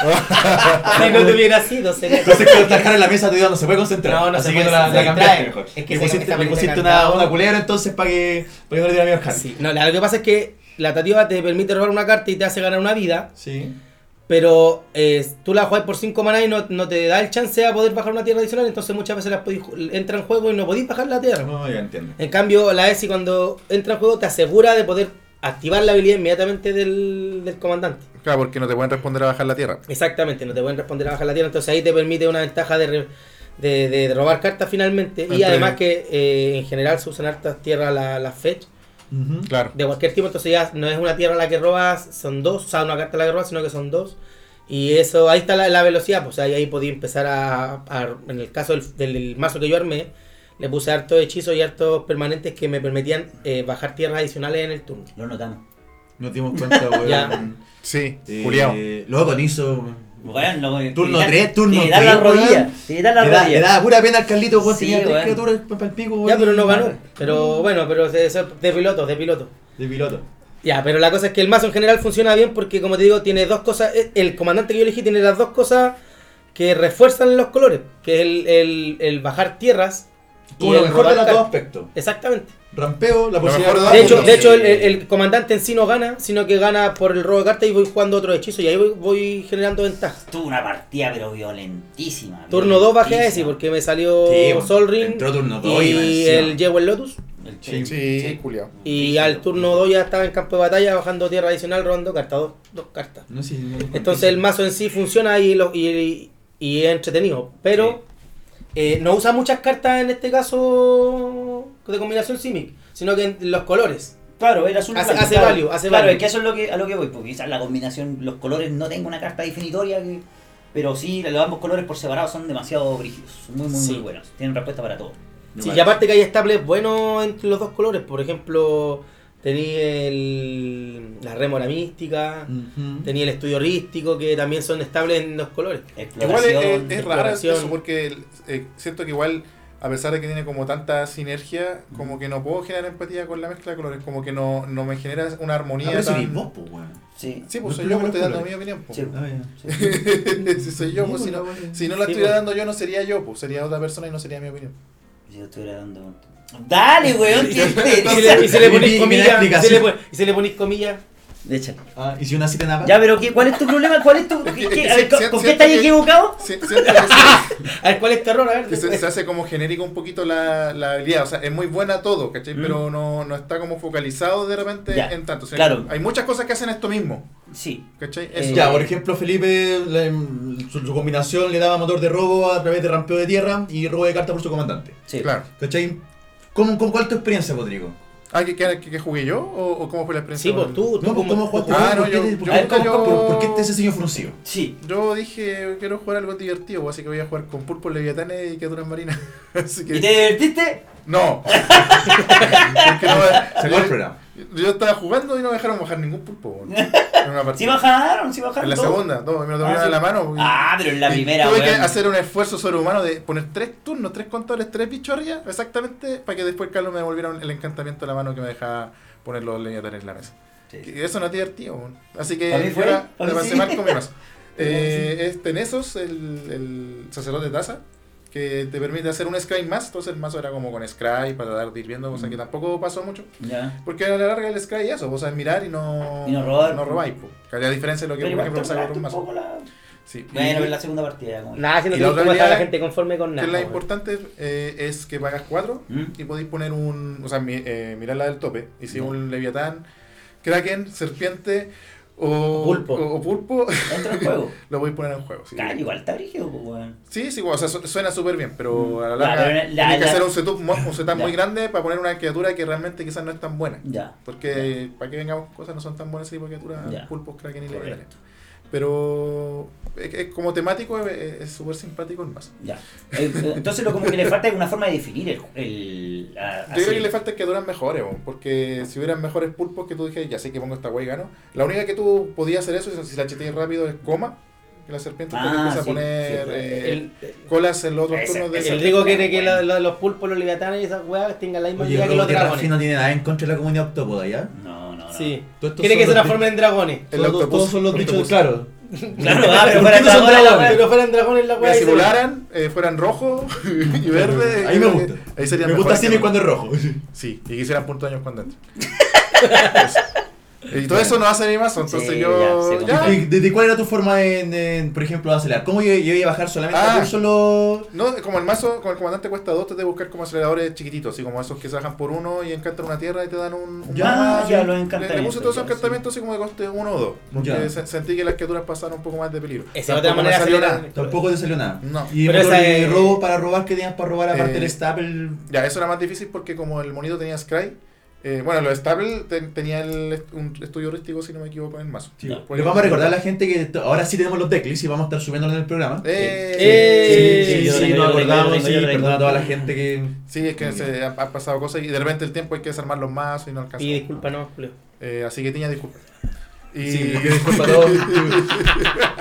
si no tuviera sido, sería.
Entonces, cuando está Harold en la mesa, Tatioba no se puede concentrar.
No, no
Así
se
que
puede,
la,
se
la cambiaste
distrae.
mejor.
Es que
le
se-
pusiste,
esta
le
parte
pusiste
se
una,
cantaba.
una culera entonces para que, pa' que no le diera miedo a Harold.
Sí, no, la- lo que pasa es que la Tatioba te permite robar una carta y te hace ganar una vida,
Sí.
pero eh, tú la juegas por 5 maná y no, no te da el chance a poder bajar una tierra adicional, entonces muchas veces las podís- entra en juego y no podís bajar la tierra.
No, ya entiendo.
En cambio, la ESI cuando entra en juego te asegura de poder activar la habilidad inmediatamente del, del comandante.
Claro, porque no te pueden responder a bajar la tierra.
Exactamente, no te pueden responder a bajar la tierra, entonces ahí te permite una ventaja de, re- de, de- de robar cartas finalmente. Y
Entre-
además que eh, en general se usan hartas tierras la- las fetch
Ujú.
Claro.
de cualquier tipo, entonces ya no es una tierra la que robas, son dos, o sea, una carta la que robas, sino que son dos. Y eso, ahí está la, la velocidad, pues ahí, ahí podía empezar a, a- En el caso del, del mazo que yo armé, le puse hartos hechizos y hartos permanentes que me permitían eh, bajar tierras adicionales en el turno.
Lo notamos.
Nos dimos cuenta,
*laughs* Ya.
weón.
Sí,
Eh,
culiao.
Loco, con hizo.
Weón, lo-
Turno
te-
tres, turno
Te da
tres,
la rodilla.
weón.
Te da la
Le da, le
rodilla.
da pura pena al Carlito, weón.
Sí,
tenía tres
weón.
criaturas para el pico, weón.
Ya, pero no
y-
ganó. Pero bueno, pero de, de piloto, de piloto.
De piloto.
Ya, pero la cosa es que el mazo en general funciona bien porque, como te digo, tiene dos cosas. eh, El comandante que yo elegí tiene las dos cosas que refuerzan los colores: que es el, el- el bajar tierras.
Como lo
el
mejor de
robar
los dos Ah,
cartas.
aspectos.
Exactamente.
Rampeo, la
Lo
posibilidad
mejor
robar
De hecho,
puntos.
de hecho el, el- el comandante en sí no gana, sino que gana por el robo de cartas y voy jugando otro hechizo y ahí voy, voy generando ventajas.
Tuvo una partida, pero violentísima.
Turno 2 bajé a ese
violentísima.
porque me salió
Sí, bueno,
Sol Ring
entró turno dos y
y
encima.
el Jewel Lotus.
Sí,
El
Sí.
culiao.
Y al turno 2 ya estaba en campo de batalla, bajando tierra adicional, robando cartas, dos, dos cartas.
No, sí, no, no.
Entonces el mazo en sí funciona y, lo- y, y es entretenido. Pero eh, no usa muchas cartas en este caso de combinación Simic, sino que en los colores.
Claro, era azul y
Hace-
blanco,
hace
claro.
value, hace
Claro,
value.
es que eso es lo que, a lo que voy, porque quizás la combinación, los colores, no tengo una carta definitoria, que- pero sí, los ambos colores por separado son demasiado brígidos, son muy, muy,
Sí.
muy buenos, tienen respuesta para todo.
Sí, y aparte que hay estables buenos entre los dos colores. Por ejemplo, tenía el, la rémora mística,
Ujú.
tenía el estudio rístico, que también son estables en los colores.
Igual es,
Exploración,
es- es raro
exploración.
eso porque eh, siento que igual, a pesar de que tiene como tanta sinergia, como que no puedo generar empatía con la mezcla de colores, como que no, no me genera una
Ah,
armonía
pero eso
tan-
ni vos, po, weón.
sí.
Sí, pues
No
soy yo
creo
que estoy
que
dando
los
mi opinión. pues.
Sí.
Ah,
*laughs*
ya.
si soy yo, pues *laughs* si no, si no la
Sí,
estuviera
pues.
dando yo, no sería yo, pues sería otra persona y no sería mi opinión.
Si yo estuviera dando... Dale,
*laughs*
weón, que
Y si *laughs* le, y si le
Y- y- y
ponís
la
comillas, y si le
explicación.
pon- y si le ponís comillas,
Échale.
Ah, ¿y si una cita nada?
Ya, pero ¿qué, ¿cuál es tu problema? ¿Cuál es tu...
Es que-
qué-
es que
a ver,
si-
¿Con,
si-
con
*laughs*
qué
siento
estás
que-
equivocado?
Si- siento que *laughs* se-
a ver cuál es terror, a ver.
que se, se hace como genérico un poquito la, la habilidad. O sea, es muy buena todo, ¿cachai?
Mm.
Pero no, no está como focalizado de repente
Ya,
en tanto. O sea,
claro.
Hay muchas cosas que hacen esto mismo,
Sí.
¿cachai?
Eh,
Eso.
pues.
Ya, por ejemplo, Felipe, la- su, su combinación le daba motor de robo a través de rampeo de tierra y robo de carta por su comandante.
Sí.
Claro.
¿Cachai? ¿Cómo, cómo, ¿Cuál es tu experiencia, Rodrigo?
Ah, ¿qué, qué, qué- qué jugué yo? ¿O, o cómo fue la experiencia?
Sí, pues tú, tú
No,
como-
¿Cómo jugaste?
Ah, no,
¿Por qué
yo-
te-
yo-
por qué- cómo-
yo-
cómo- por qué te ese señor fruncido?
Sí.
Yo dije, quiero jugar algo divertido, así que voy a jugar con Purple Leviatanes y Criaturas Marinas. *laughs* Así que...
¿Y te divertiste?
¡No! *laughs* Porque no-
*laughs* Se acabó el programa.
Yo estaba jugando y no me dejaron bajar ningún pulpo.
*laughs*
weón. En una partida.
¿Sí bajaron? ¿Sí bajaron
En la
todo?
segunda, no, me lo tomaron
Ah, sí.
en la mano. porque-
Ah, pero en la
y
primera,
Tuve que
weón.
hacer un esfuerzo sobrehumano de poner tres turnos, tres contadores, tres bichos arriba, exactamente, para que después Carlos me devolviera el encantamiento de la mano que me dejaba poner los leñatanes en la mesa.
Sí.
Que Eso no es divertido, weón. Así que
¿A mí fue?
yo la-
¿A
la
mí
pasé
sí?
mal con mi
*laughs*
mazo. Eh, este, en esos, el, el sacerdote Taza, que te permite hacer un Scry más, entonces el mazo era como con Scry para tratar de ir viendo,
Mm.
cosa que tampoco pasó mucho.
Ya.
Porque a la larga el Scry es eso, vos sabés mirar y no,
Y no robar. pues.
no robáis. po. Que A diferencia de lo que,
Pero
por
igual
ejemplo, pasa
tornaste
con un
un
mazo.
poco la...
Sí.
Bueno,
Y-
pero en la pues. segunda partida, como...
Nada, si no
Y la
tenés
otra
cómo dejar a la
realidad
gente conforme con
que
nada. pues.
la
weón.
importante eh, es que pagas 4
¿Mm?
y podéis poner un. O sea, mi- eh, mirar la del tope. Y si
Ya.
un Leviatán, Kraken, Serpiente o
Pulpo.
o- o pulpo *laughs*
Entra en juego.
lo voy a poner en juego. Sí,
Caño, igual está brígido, pues, weón.
sí, sí, o sea, su- suena súper bien, pero a la
Ya,
larga
pero la-
tienes
la-
que
la-
hacer un setup, mo- un setup
Ya.
muy grande para poner una criatura que realmente quizás no es tan buena.
Ya.
Porque para que vengamos cosas no son tan buenas ese tipo de criaturas,
Ya.
pulpos, kraken y
Correcto.
leviatanes. Pero es, es como temático es es súper simpático el mazo.
Ya. Eh, eh, Entonces lo como que le falta es una forma de definir el... el a-
Yo
así.
creo que le faltan criaturas mejores, weón, porque si hubieran mejores pulpos que tú dije, ya sé que pongo esta wey y gano. La única que tú podías hacer eso, si la cheteas rápido, es coma, que la serpiente te
Ah,
empieza a
sí,
poner
sí, pues,
eh,
El,
colas en los otros
Ese-
turnos de
ese-
el
esa-
Rico quiere que la- la- los pulpos, los leviatanes y esas weas tengan la misma
Oye,
vida que
Robo
los
de Rafi
dragones.
no tiene nada en contra de la comunidad octópoda, ¿ya?
No, no, no.
Sí.
Todos estos
Quiere
son
que se
los
transformen en dragones.
El
Todos-
octopus,
todos son los
el
bichos,
octopus.
claro.
Claro, ah, pero
¿Por
fuera
qué no son
dragón, la
dragones?
weá.
Pero fueran dragones la wea.
Mira, si
dice-
volaran, eh, fueran rojo *laughs* y verde.
Ahí me
yo creo
gusta.
que Ahí sería
Me gusta Simi cuando es rojo.
Sí, y quisieran puntos de años cuando entre. *laughs* Eso. Y todo eso no hace ni más, entonces
Sí,
yo.
ya, se
ya.
¿Y ¿Desde cuál era tu forma en, en, por ejemplo, acelerar? ¿Cómo yo, yo iba a bajar solamente
Ah.
a un solo...?
No, como el mazo, con el comandante cuesta dos, te de buscar como aceleradores chiquititos, así como esos que se bajan por uno y encantan una tierra y te dan un. un
Ya,
más.
Ah, ya, los
Le,
encantamientos.
le puse todos esos
ya, sí.
encantamientos así como de coste uno o dos, porque
Ya.
se- sentí que las criaturas pasaron un poco más de peligro.
Esa es otra
Tampoco me
manera de
salió
acelerar.
nada.
Tampoco te salió nada.
No.
Y
Pero
pero
esa
de
es-
robo para robar que tenías para robar aparte
Eh,
del staple.
Ya, eso era más difícil porque como el monito tenía Scry, eh, bueno, los Stable ten- tenía el est- un estudio rístico, si no me equivoco, en el mazo.
Sí.
Ya.
Les vamos a recordar a la gente que to- ahora sí tenemos los decklists y vamos a estar subiéndolo en el programa.
Eh,
Eh,
sí, sí,
yo
sí, nos
lo tengo, yo lo tengo, yo
acordamos,
lo
sí,
tengo, yo lo tengo.
perdón a toda la gente que...
Sí, es que se ha, ha pasado cosas y de repente el tiempo hay que desarmar los mazos y no alcanza.
Y disculpa, no, Julio.
Eh, así que tenía disculpa. Y *laughs*
Sí, que disculpa a *laughs* todos.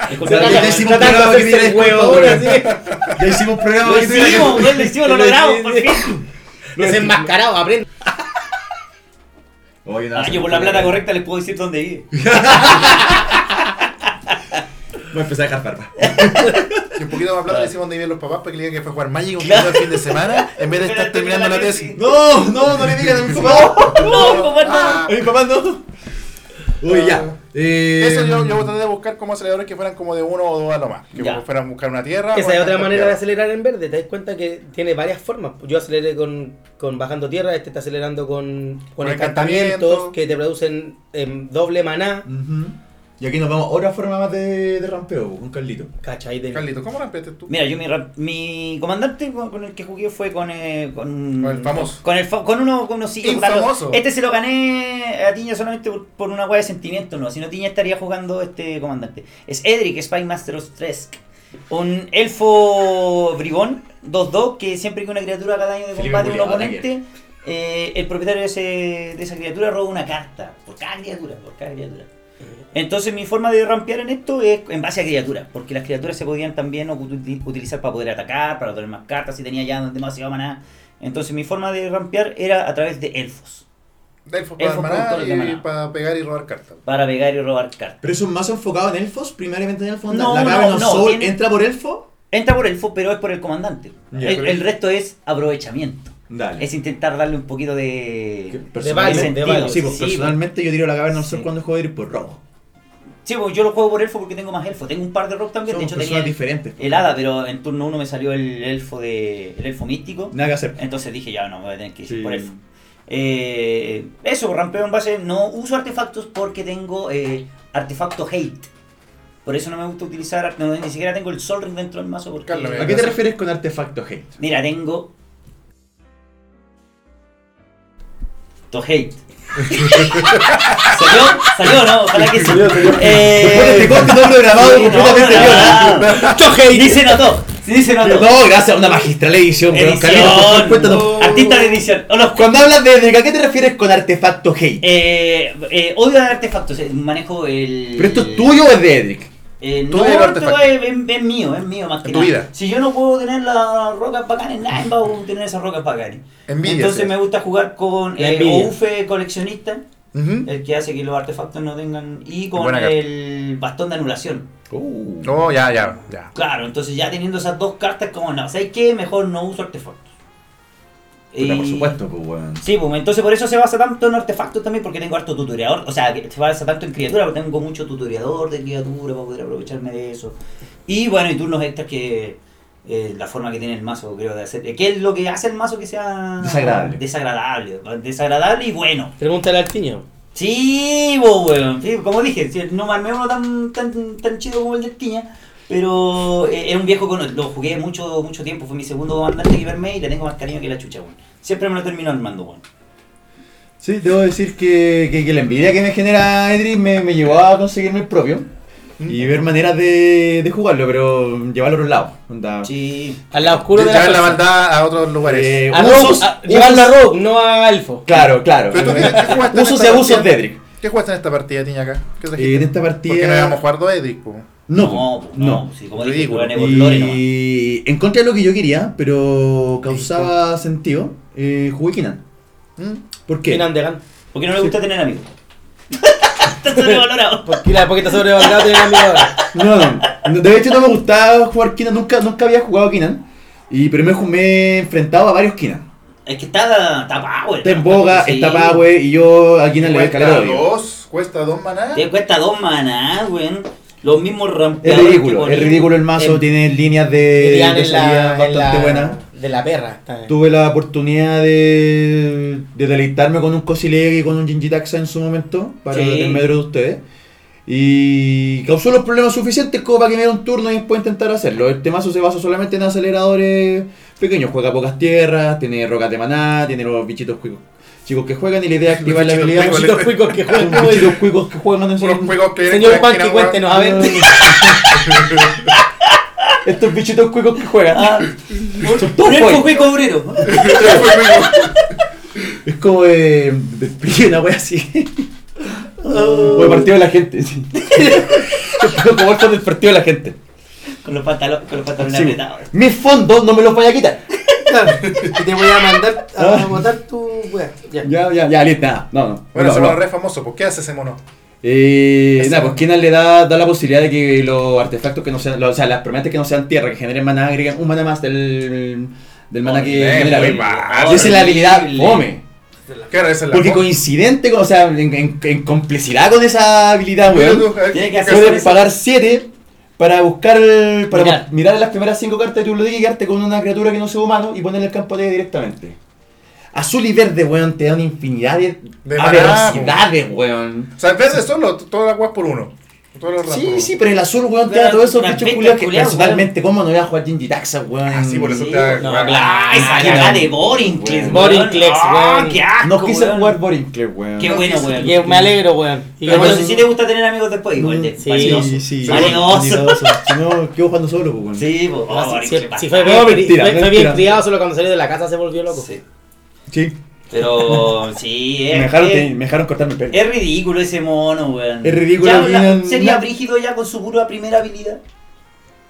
Disculpa,
Ya,
ya,
ya hicimos
Tratando
un programa que
de hacerse el
mira,
huevo,
disculpa,
así.
Ya hicimos un programa.
Lo
que mira,
hicimos, weón, lo hicimos, lo
Lo
logramos, por
hicimos.
fin.
Desenmascarado, aprende.
Oye, nada,
Ah, yo por la plata correcta les puedo decir dónde ir.
Voy a empezar a dejar *laughs* barba.
y un poquito más plata le decimos donde viven los papás para que le digan que fue a jugar Magic un día el fin de semana en vez de estar terminando la tesis.
*laughs*
*laughs*
No, no, no le digan a mi papá.
Ah,
No, no, no.
A mi papá no. Uy, ya. Eh,
Eso yo, yo traté de buscar como aceleradores que fueran como de uno o dos a lo más. Que
Ya.
fueran a buscar una tierra.
Esa
o
es
una
otra manera de
tierra.
acelerar en verde. Te das cuenta que tiene varias formas. Yo aceleré con, con bajando tierra, este está acelerando con,
Con
con, encantamientos
encantamiento.
que te producen em, doble maná.
ujú. Y aquí nos vamos a otra forma más de, de rampeo con Carlito.
¿Cachai? De-
Carlito, ¿cómo rompiste tú?
Mira, yo mi, rap- mi comandante con, con el que jugué fue con eh, con,
Con el famoso.
Con, el fa- con uno con unos sillos
Infamoso.
raros. Este se lo gané a Tiña solamente por, por una hueá de sentimiento, no, si no Tiña estaría jugando este comandante. Es Edric, Spy Master of Tresk. Un elfo bribón 2-2 que siempre que una criatura haga daño de
Felipe
combate a un
Julián,
oponente, eh, el propietario de, ese- de esa criatura roba una carta. Por cada criatura, por cada criatura. Entonces mi forma de rampear en esto es en base a criaturas, porque las criaturas se podían también uti- utilizar para poder atacar, para obtener más cartas, si tenía ya demasiado maná. Entonces mi forma de rampear era a través de elfos,
Delfos para
Elfos
armar
productores de
y
maná.
para pegar y robar cartas.
para pegar y robar cartas.
Pero eso es más enfocado en elfos, primariamente en elfos.
No,
la
no,
Cavern of
no,
Soul
tiene-
entra por elfo.
Entra por elfo, pero es por el comandante.
Ya,
el,
pero-
el resto es aprovechamiento.
Dale.
Es intentar darle un poquito
Que
de...
personalmente-
de value,
Sí, pues,
sí,
personalmente yo tiro la caverna
Sí.
sol cuando juego de ir por rojo.
Sí, pues yo lo juego por elfo porque tengo más elfo. Tengo un par de rock también,
Somos
de hecho tenía
personas
el,
diferentes.
el hada, pero en turno uno me salió el elfo de el elfo místico.
pues, Nada que hacer.
Entonces dije, ya no, me voy a tener que ir
Sí.
por elfo. Eh, eso, rampeo en base. No uso artefactos porque tengo eh, artefacto hate. Por eso no me gusta utilizar. ar- no, ni siquiera tengo el Sol Ring dentro del mazo. Porque,
Carlos,
¿A qué te refieres con artefacto hate?
Mira, tengo. To hate. *laughs* ¿Salió? ¿Salió o no? Ojalá que sí.
Después de este
Eh,
corte todo grabado
sí, no,
completamente
no,
viola. *laughs*
Dice no to. Sí, dice no to.
No, gracias a una magistral edición, weón. Carlitos, por favor,
Edición.
cuéntanos.
Artista de edición. O los
Cuando hablas de Edric, ¿a qué te refieres con artefacto hate?
Eh, eh, odio de artefactos, eh, manejo el.
¿Pero esto es tuyo o es de Edric?
Eh,
Tú
no,
eres el
esto
artefacto.
es, es- es mío, es mío más que
En tu
nada.
vida.
Si yo no puedo tener las rocas bacanes, nadie va a tener esas rocas bacanes.
Envidia,
Entonces
sí.
me gusta jugar con
La
el
envidia.
Oufe coleccionista,
Ujú.
el que hace que los artefactos no tengan. Y con
Buena carta.
el bastón de anulación. Oh.
No, Oh, ya, ya, ya.
Claro, entonces ya teniendo esas dos cartas, como no, ¿sabes qué? Mejor no uso artefactos.
Puta, por
Y-
supuesto, pues weón.
Sí, pues entonces por eso se basa tanto en artefactos también, porque tengo harto tutoreador. O sea, que se basa tanto en criatura, porque tengo mucho tutoreador de criatura para poder aprovecharme de eso. Y bueno, y turnos extras que. eh, la forma que tiene el mazo, creo, de hacer. ¿Qué es lo que hace el mazo que sea.
Desagradable.
Desagradable. Desagradable y bueno.
Pregúntale al tiño.
Sí, bo, weón. Sí, como dije, sí, no me armé uno tan, tan, tan chido como el de Tiña. Pero eh, era un viejo con lo jugué mucho, mucho tiempo. Fue mi segundo comandante que me armé y le tengo más cariño que la chucha, weón. Siempre me lo termino armando, weón.
Sí, debo decir que, que- que la envidia que me genera Edric me, me llevó a conseguirme el propio
Mm.
y ver maneras de, de jugarlo, pero llevarlo a otros lados. onda.
Sí.
Al lado oscuro de la,
Llevar la
fuerza.
maldad a otros lugares.
Eh,
A Rogue,
usos,
a- llevarlo a
usos.
Rogue, no a Elfo.
Claro, claro.
Pero tú, ¿qué- qué jugaste en
Usos y
esta
abusos de
partida?
Edric.
¿Qué jugaste en esta partida, Tiña, acá? ¿Qué
Eh,
trajiste?
en esta partida.
Porque no íbamos a jugar dos eh, Edric, po.
No,
pues,
no.
Sí, como dije,
Ridículo.
lo gané por Lore nomás.
Y en contra de lo que yo quería, pero causaba sentido, eh, jugué Kinan.
Mm.
¿Por qué?
Kinan de Gan.
Porque no le gusta
*laughs*
tener amigos. Está sobrevalorado.
Porque la poquita sobrevalorada tiene amigo ahora.
No, no. De hecho, no me gustaba jugar Kinan. Nunca, nunca había jugado Kinan. Y, pero me, ju- me he enfrentado a varios Kinan.
Es que está, está power.
Está en boga,
Sí.
está Pagüe. Y yo a Kinan le voy a
Cuesta
calar odio.
dos, cuesta dos maná.
Te cuesta dos manas, weón. Los mismos
Es
rampeadores.
ridículo,
que
es ridículo el mazo.
en-
tiene líneas de,
Irían
de
en la,
salida
en
Eh, bastante
la-
buenas.
De la perra. está bien.
Tuve la oportunidad de, de deleitarme con un Cosileg y con un Jinji Taxa en su momento, para
Sí.
el medio de ustedes. Y causó los problemas suficientes como para que me diera un turno y después intentar hacerlo. El temazo se basa solamente en aceleradores pequeños. Juega pocas tierras, tiene rocas de maná, tiene los bichitos cuicos. Chicos que juegan y la idea es activar la habilidad.
cuicos,
Bichitos
Los cuicos que juegan.
cuicos, bichitos cuicos que juegan en
Unos juegos que.
Señor
que
Panky,
eran-
cuéntenos,
*laughs*
a ver. *laughs*
Estos bichitos cuicos que juegan.
Ah,
Son todos
un elfo
juegos.
cuico obrero. *laughs*
*laughs* Es como de. de pillo, una wea así. O de partido de la gente, *laughs* sí. como esto del partido de la gente.
Con los pantalones, con los pantalones
Sí.
apretados.
Mis fondos no me los vaya a quitar.
Y te voy a mandar
Ah.
a botar tu wea. Ya.
Ya, ya, ya, listo, nada. No, no.
Bueno,
no,
ese
no.
mono re famoso, ¿por qué hace ese mono?
Eh, nada, pues Kenan le da, da la posibilidad de que los artefactos que no sean, lo- o sea, las permanentes que no sean tierra, que generen maná, agregan un maná más del, del maná que
Horrible,
genera.
Oh, muy
Ven.
bajo,
Y esa es la habilidad
horrible.
fome.
Claro, esa es la
Porque
cosa.
coincidente, con- o sea, en, en- en complicidad con esa habilidad, weón.
Tiene que hacer
Puedes
eso.
pagar 7 para buscar, el- para
Mirar.
mirar. las primeras 5 cartas de tu biblioteca y quedarte con una criatura que no sea humano y ponerle el campo de directamente. Azul y verde, weón, te da una infinidad de,
De
aberracidades, weón.
O sea, a veces solo, t- todas las guas por uno. Todos los ratos por
Sí,
uno.
sí, pero el azul, weón, te
Pero
da todos esos
las
bichos
bestias
culiados que
culiadas,
personalmente, ¿cómo no voy a jugar Jinji Taxa, weón?
Ah, sí, por eso
Sí,
te da-
no,
ah,
claro, esa
sí,
cagada
weón.
de Borinclex,
Weón.
Borinclex,
Ah,
weón.
qué asco,
No quise
weón.
jugar Borinclex, weón.
Qué
No
bueno,
quise.
*laughs*
weón.
Y me alegro, weón. Y
Pero
bueno,
Pero
sí-
si te gusta tener amigos después, igual de
Sí,
valioso.
sí.
Valioso.
Si no, quedo jugando solo, pues, weón.
Sí, po.
ah,
Oh,
si- si-
Borinclex,
si fue
bacán.
bien,
No,
cri-
mentira,
fue- fue bien
mentira.
criado, solo cuando salió de la casa se volvió loco.
Sí.
Sí. *laughs*
Pero sí, es,
Me dejaron, te-
es,
me dejaron cortarme el pelo.
es ridículo ese mono, weón.
Es ridículo,
Ya, la-
tienen-
sería
la-
brígido ya con su pura primera habilidad.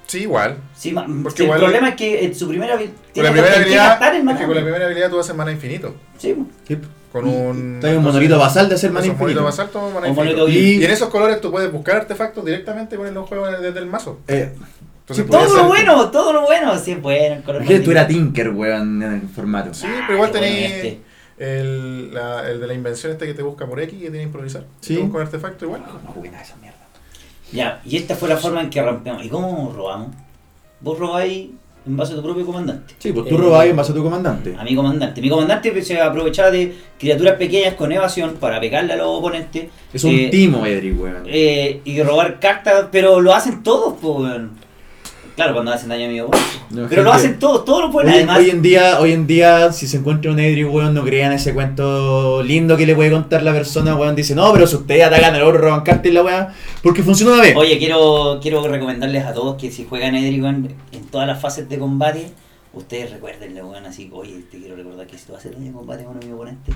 Sí, igual.
Sí, ma-
Porque
si el
igual-
problema es que en su primera habilidad.
Con la primera habilidad, es que con la primera habilidad tú haces mana infinito.
Sí, po.
Sí.
Con un.
Trae un monolito basal de hacer
Con
maná
un monolito
infinito.
basal, toma mana
Un
infinito.
monolito
Y
Y-
en esos colores tú puedes buscar artefactos directamente y ponerlos en juego desde el mazo.
Eh,
Entonces,
Sí,
podías
Todo lo
hacer-
bueno, todo lo bueno. Sí, es bueno. el color
imagínate, tú eras
bonito.
Tinker, weón, en el formato.
Sí, pero igual
Ah, qué bueno
tenéis
este.
el, la- el de la invención este que te busca por X y que tiene que improvisar.
Sí.
Te busca un artefacto igual.
No jugué nada de esa mierda.
Ya, y esta fue la forma en que rampeamos. ¿Y cómo robamos? Vos robáis en base a tu propio comandante.
Sí, pues tú
Eh, Ah,
robabas en base a tu comandante.
A mi comandante. Mi comandante se aprovechaba de criaturas pequeñas con evasión para pegarle a los oponentes.
Es un
eh,
timo, Edri, weón.
eh, y robar cartas, pero lo hacen todos, po, weón. Claro, cuando hacen daño a mi oponente.
No,
pero lo
gente.
hacen todos, todos lo pueden.
Hoy,
Además,
hoy en día, hoy en día, si se encuentra un Edri, weón, no crean ese cuento lindo que le puede contar la persona, weón. Dice, no, pero si ustedes atacan al oro, roban cartas y la weá, porque funciona una vez.
Oye, quiero, quiero recomendarles a todos que si juegan Edric weón, en todas las fases de combate, ustedes recuérdenle, weón, así, oye, te quiero recordar que si tú haces daño en combate con mi oponente,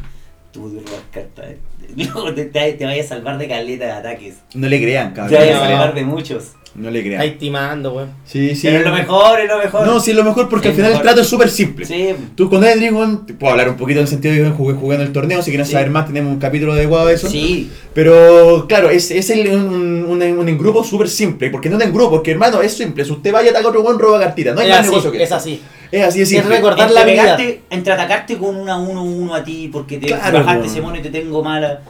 tú puedes robar cartas. eh. *laughs* Luego te, te, te vayas a salvar de caleta de ataques.
No le crean,
Te
cabrón.
vayas a
no.
salvar de muchos.
No le crean.
Ahí timando, weón.
Sí, sí.
Pero es lo mejor, es lo mejor.
No, sí, es lo mejor porque
Sí,
al final
mejor.
el trato es súper simple.
Sí,
Tú con Edri, weón, te puedo hablar un poquito en el sentido de que jugué, jugué en el torneo. Si quieres
Sí.
saber más, tenemos un capítulo adecuado de eso.
sí.
Pero claro, es, es el- un, un, un engrupo súper simple. Porque no es un grupo, porque hermano, es simple. Si usted vaya a atacar a otro buen roba cartita. No hay
es
más
así,
negocio que
es
eso.
así.
Es así de simple.
recordar- Cortar
entre,
la habilidad.
pegarte- entre atacarte con una 1-1 a ti porque te
Claro,
bajaste
weón.
ese mono y te tengo mala.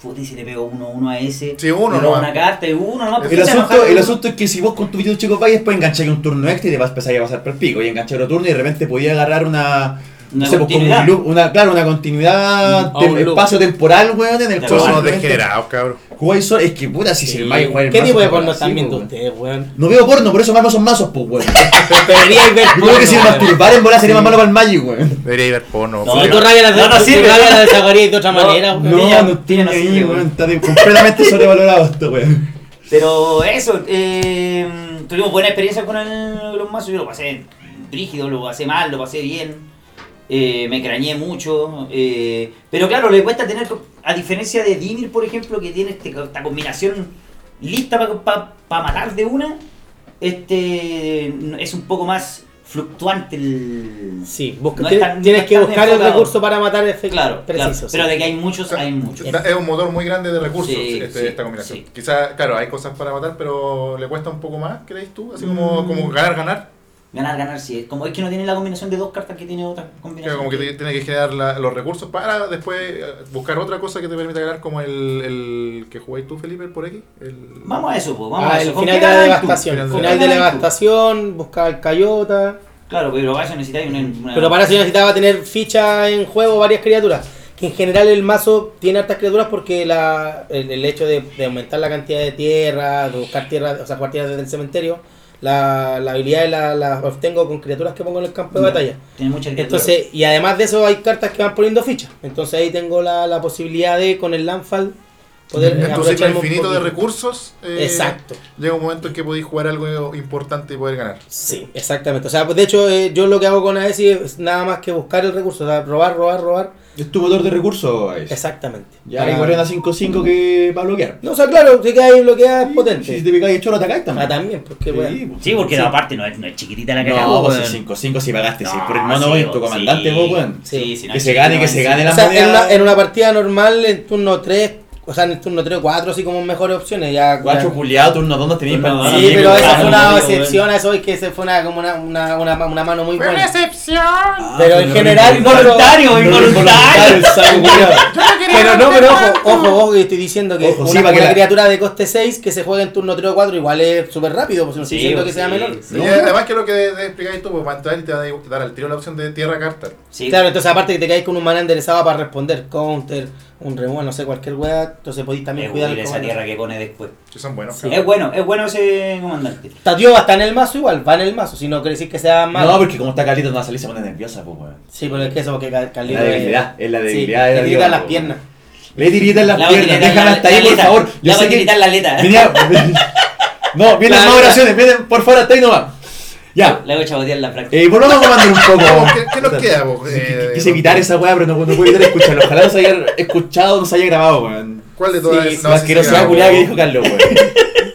Puta, y si le pego 1-1 a ese.
Sí, uno
le robo
nomás.
una carta y uno nomás.
El
pucha,
asunto,
enojarme.
el asunto es que si vos con tu video chicos vayas, pues engancháis un turno extra y te vas a empezar a pasar por el pico. Y enganchar otro turno y de repente podías agarrar una.
Una
no sé, pues, como un
continuidad.
loop, una, claro, una continuidad,
Mm,
tem-
a un loop.
espacio temporal, weón, en el
Claro.
Todos somos
Realmente,
degenerados, cabrón.
Jugáis solo, es que puta, si se el mago juega el
¿Qué tipo de
mazo,
porno
así,
están viendo
weón.
ustedes, weón?
No veo porno, por eso más no son mazos, pues, weón.
*laughs* Deberíais ver
Yo creo que si me
porno, weón.
masturbar en bola sería más malo para el Magic, weón.
Debería haber porno.
No,
Si
pero-
tu rabia la,
No, no
tu
sirve.
rabia la desahogarías de otra
No,
manera, weón.
no.
No, no tiene
no
ahí,
sirve,
weón.
weón.
Está de-
*laughs*
completamente sobrevalorado esto, weón.
Pero eso, eh, tuvimos buena experiencia con el, los mazos. Yo lo pasé rígido, lo pasé mal, lo pasé bien. eh, me crañé mucho. eh, pero claro, le cuesta tener, a diferencia de Dimir, por ejemplo, que tiene este- esta combinación lista para matar de una, este es un poco más fluctuante el...
Sí, busca-
No
tien-
están- no
tienes que
están
buscar el
enfocados.
recurso para matar efectos
Claro, claro,
precisos.
pero
sí.
de que hay muchos, hay muchos.
Da- Es un motor muy grande de recursos
Sí,
este-
sí,
esta combinación.
sí.
Quizás, claro, hay cosas para matar, pero le cuesta un poco más, ¿creéis tú? Así
Mm.
como, como ganar, ganar.
Ganar, ganar, sí. Como es que no tiene la combinación de dos cartas que tiene otra
Que
combinación.
como que te- tiene que generar la- los recursos para después eh, buscar otra cosa que te permita ganar, como el, el que jugáis tú, Felipe, por X. El...
Vamos a eso, pues, vamos a
Ah,
eso.
el
¿Con
final
qué
de la
ganas tú?
devastación.
Final de
Final
la-
de la devastación, buscar el Cayota.
Claro, pero para eso necesitáis una, una-
Pero para eso yo necesitaba tener ficha en juego varias criaturas. Que en general el mazo tiene hartas criaturas porque la, el, el hecho de, de aumentar la cantidad de tierra, de buscar tierra, o sea, jugar tierra desde el cementerio, la, la habilidad la, la obtengo con criaturas que pongo en el campo de batalla.
Tiene muchas criaturas.
Entonces, y además de eso hay cartas que van poniendo fichas. Entonces ahí tengo la, la posibilidad de con el Landfall poder eh,
Entonces,
aprovecharme un
infinito de
poquito.
recursos. eh,
Exacto.
Llega un momento en que podéis jugar algo importante y poder ganar.
Sí, exactamente. O sea, pues, de hecho, eh, yo lo que hago con AESI es nada más que buscar el recurso, o sea, robar, robar, robar.
Es tu motor de recursos, es.
Exactamente.
Ya
Para-
hay guardiana 5-5 que va a bloquear.
No, o sea, claro, si que hay bloqueada es
Si
potente.
te pues, picáis el choro, atacáis también.
Ah, también, porque bueno.
Sí, porque
Sí.
aparte no es, no es chiquitita la que
No, pues,
acabó,
vos
weón.
si 5-5 si pagaste, si por el
No,
mono,
sí,
weón, tu
vos,
comandante,
sí.
vos, weón.
Sí, sí, no
que
es
se gane,
chiquitita,
que
sí.
se gane
O
la
sea, en
moneda.
una, en una partida normal, en turno 3, O sea, en el turno 3 o 4, así como mejores opciones. Ya,
Guacho
ya-
puliado, turno dos no tenéis
Sí,
para nada.
Sí, pero
Ah,
esa fue
no,
una
no,
excepción a eso, es que esa fue una, como una, una, una, una mano muy buena.
excepción!
Pero en general,
Involuntario, involuntario.
Pero no, pero ojo, ojo, ojo, que estoy diciendo que
Ojo, sí,
una,
para que
una
la-
criatura de coste 6 que se juega en turno 3 o 4 igual es súper rápido, pues no estoy
Sí,
diciendo que
sí,
sea menor.
sí.
Y además que lo que de- de explicáis tú, pues va a entrar y te va a dar al tiro la opción de tierra carta.
Sí,
Claro, entonces aparte que te caes con un maná enderezado para responder, counter, un remuel, no sé, cualquier weá, entonces podéis también
es
cuidar
huir
el
esa
comando.
tierra que pone después.
Que son buenos.
Es bueno, es bueno ese comandante.
Tadeo va a estar en el mazo igual, va en el mazo, si no quiere decir que sea malo.
No, porque como está Carlito, no va a salir, se pone nerviosa, pues, weón.
Sí, pero es que eso, porque Cal-
Es
Carlito
la debilidad, es la debilidad. de
sí, te
Darío,
grita las
po.
piernas.
Le tiritan las
La
piernas,
vaquerita,
déjala
la-
hasta
la
ahí, por
aleta.
favor. Yo
La
sé que...
vaquerita en la aleta.
Venía- No, vienen
La
más
aleta.
oraciones, vienen, por favor, hasta ahí nomás. Ya,
La voy a chabotear en la práctica.
eh, volvamos a comandar un poco.
¿Qué, qué nos queda, vos?
Qu-
Eh,
Quise evitar esa weá, pero no, no pude evitar escucharlo. Ojalá nos haya escuchado, nos haya grabado, weón.
¿Cuál de todas?
Sí,
es?
sí,
No,
sí, sí,
asquerosidad
grabó.
culiada que dijo Carlos, weón.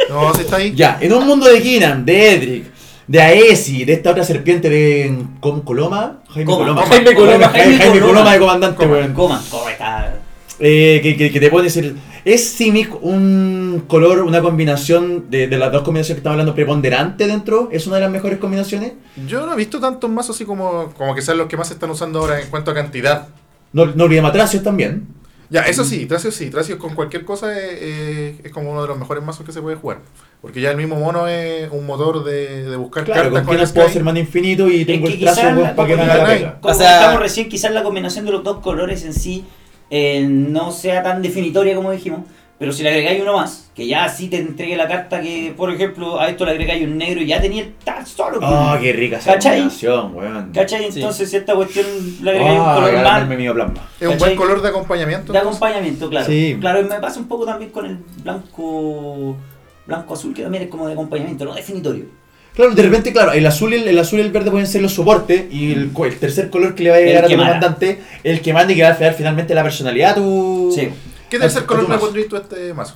No, si está ahí.
Ya, en un mundo de Keenan, de Edric, de Aesi, de esta otra serpiente de Com- Coloma, Jaime
Coma,
Coloma.
Jaime Coloma,
Jaime,
Jaime
Coloma,
Coloma
de comandante, weón.
Coma, coma, está.
Eh, que, que, que te pones el. ¿Es Simic un color, una combinación de, de las dos combinaciones que estamos hablando preponderante dentro? ¿Es una de las mejores combinaciones?
Yo no he visto tantos mazos así como, como que sean los que más se están usando ahora en cuanto a cantidad.
No, no olvidemos a Tracios también.
Ya, eso
Mm.
sí, Tracios sí, Tracios con cualquier cosa es, eh, es como uno de los mejores mazos que se puede jugar. Porque ya el mismo mono es un motor de, de buscar
Claro,
cartas
con
con,
quienes
Sky.
puedo hacer mana infinito y tengo
que
el trazo
quizás
weón,
la-
para que me haga la pega.
Como
O sea-
comentamos recién, quizás la combinación de los dos colores en sí eh, no sea tan definitoria como dijimos. Pero si le agregáis uno más, que ya sí te entregue la carta que, por ejemplo, a esto le agregáis un negro y ya tenía el tal solo.
Oh, qué rica esa
¿Cachai?
combinación, weón.
¿Cachai?
Ah, Sí.
Entonces esta cuestión le agregáis un
Ah,
color más
agarrarme mío plasma.
Es un
¿cachai?
buen color de acompañamiento.
de acompañamiento, claro.
Sí.
Claro, y me pasa un poco también con el blanco blanco azul, que también es como de acompañamiento, no definitorio.
Claro, de repente, claro, el azul y el, el azul y el verde pueden ser los soportes y el, co- el tercer color que le va a
Mm. El
llegar a
que
tu
manda.
comandante, el que manda y que va a crear finalmente la personalidad a tu...
Sí.
¿Qué tercer
a- a
color
tu
le
mazo.
pondrías tú a este mazo?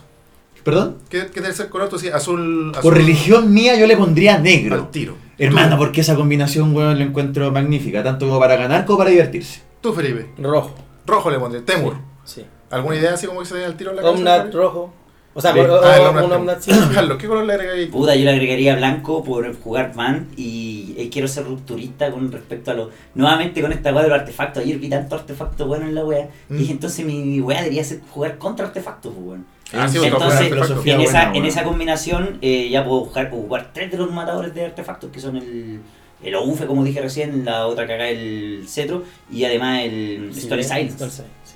¿Perdón?
¿Qué, qué tercer color tú sí? Azul, azul.
Por religión mía yo le pondría negro.
Al tiro.
Hermana, porque esa combinación, weón, la encuentro magnífica, tanto como para ganar como para divertirse.
Tú, Felipe.
Rojo,
Rojo le pondría. Temur.
sí.
¿Alguna idea así como que se dé al tiro en la
Omnat
cabeza?
rojo. O sea,
Sí.
o- o-
Ah, el
o-
Omnat
un
rojo. *clears throat*
Omnat sí.
Carlos, ¿qué color le agregarías?
Puta, yo le agregaría blanco por jugar van y eh, quiero ser rupturista con respecto a lo. Nuevamente con esta weá de los artefactos. Ayer vi tanto artefacto bueno en la weá. Y
Mm.
dije, entonces mi, mi weá debería ser jugar contra artefactos, pues, weón.
Ah, sí,
Entonces,
otro color,
en
perfecto.
filosofía
en,
buena,
esa, en
weón.
esa combinación eh, ya puedo jugar, puedo jugar tres de los matadores de artefactos, que son el, el Oufe, E, como dije recién, la otra que acá el Cetro, y además el
Sí,
Story Silence.
Story Silence, sí.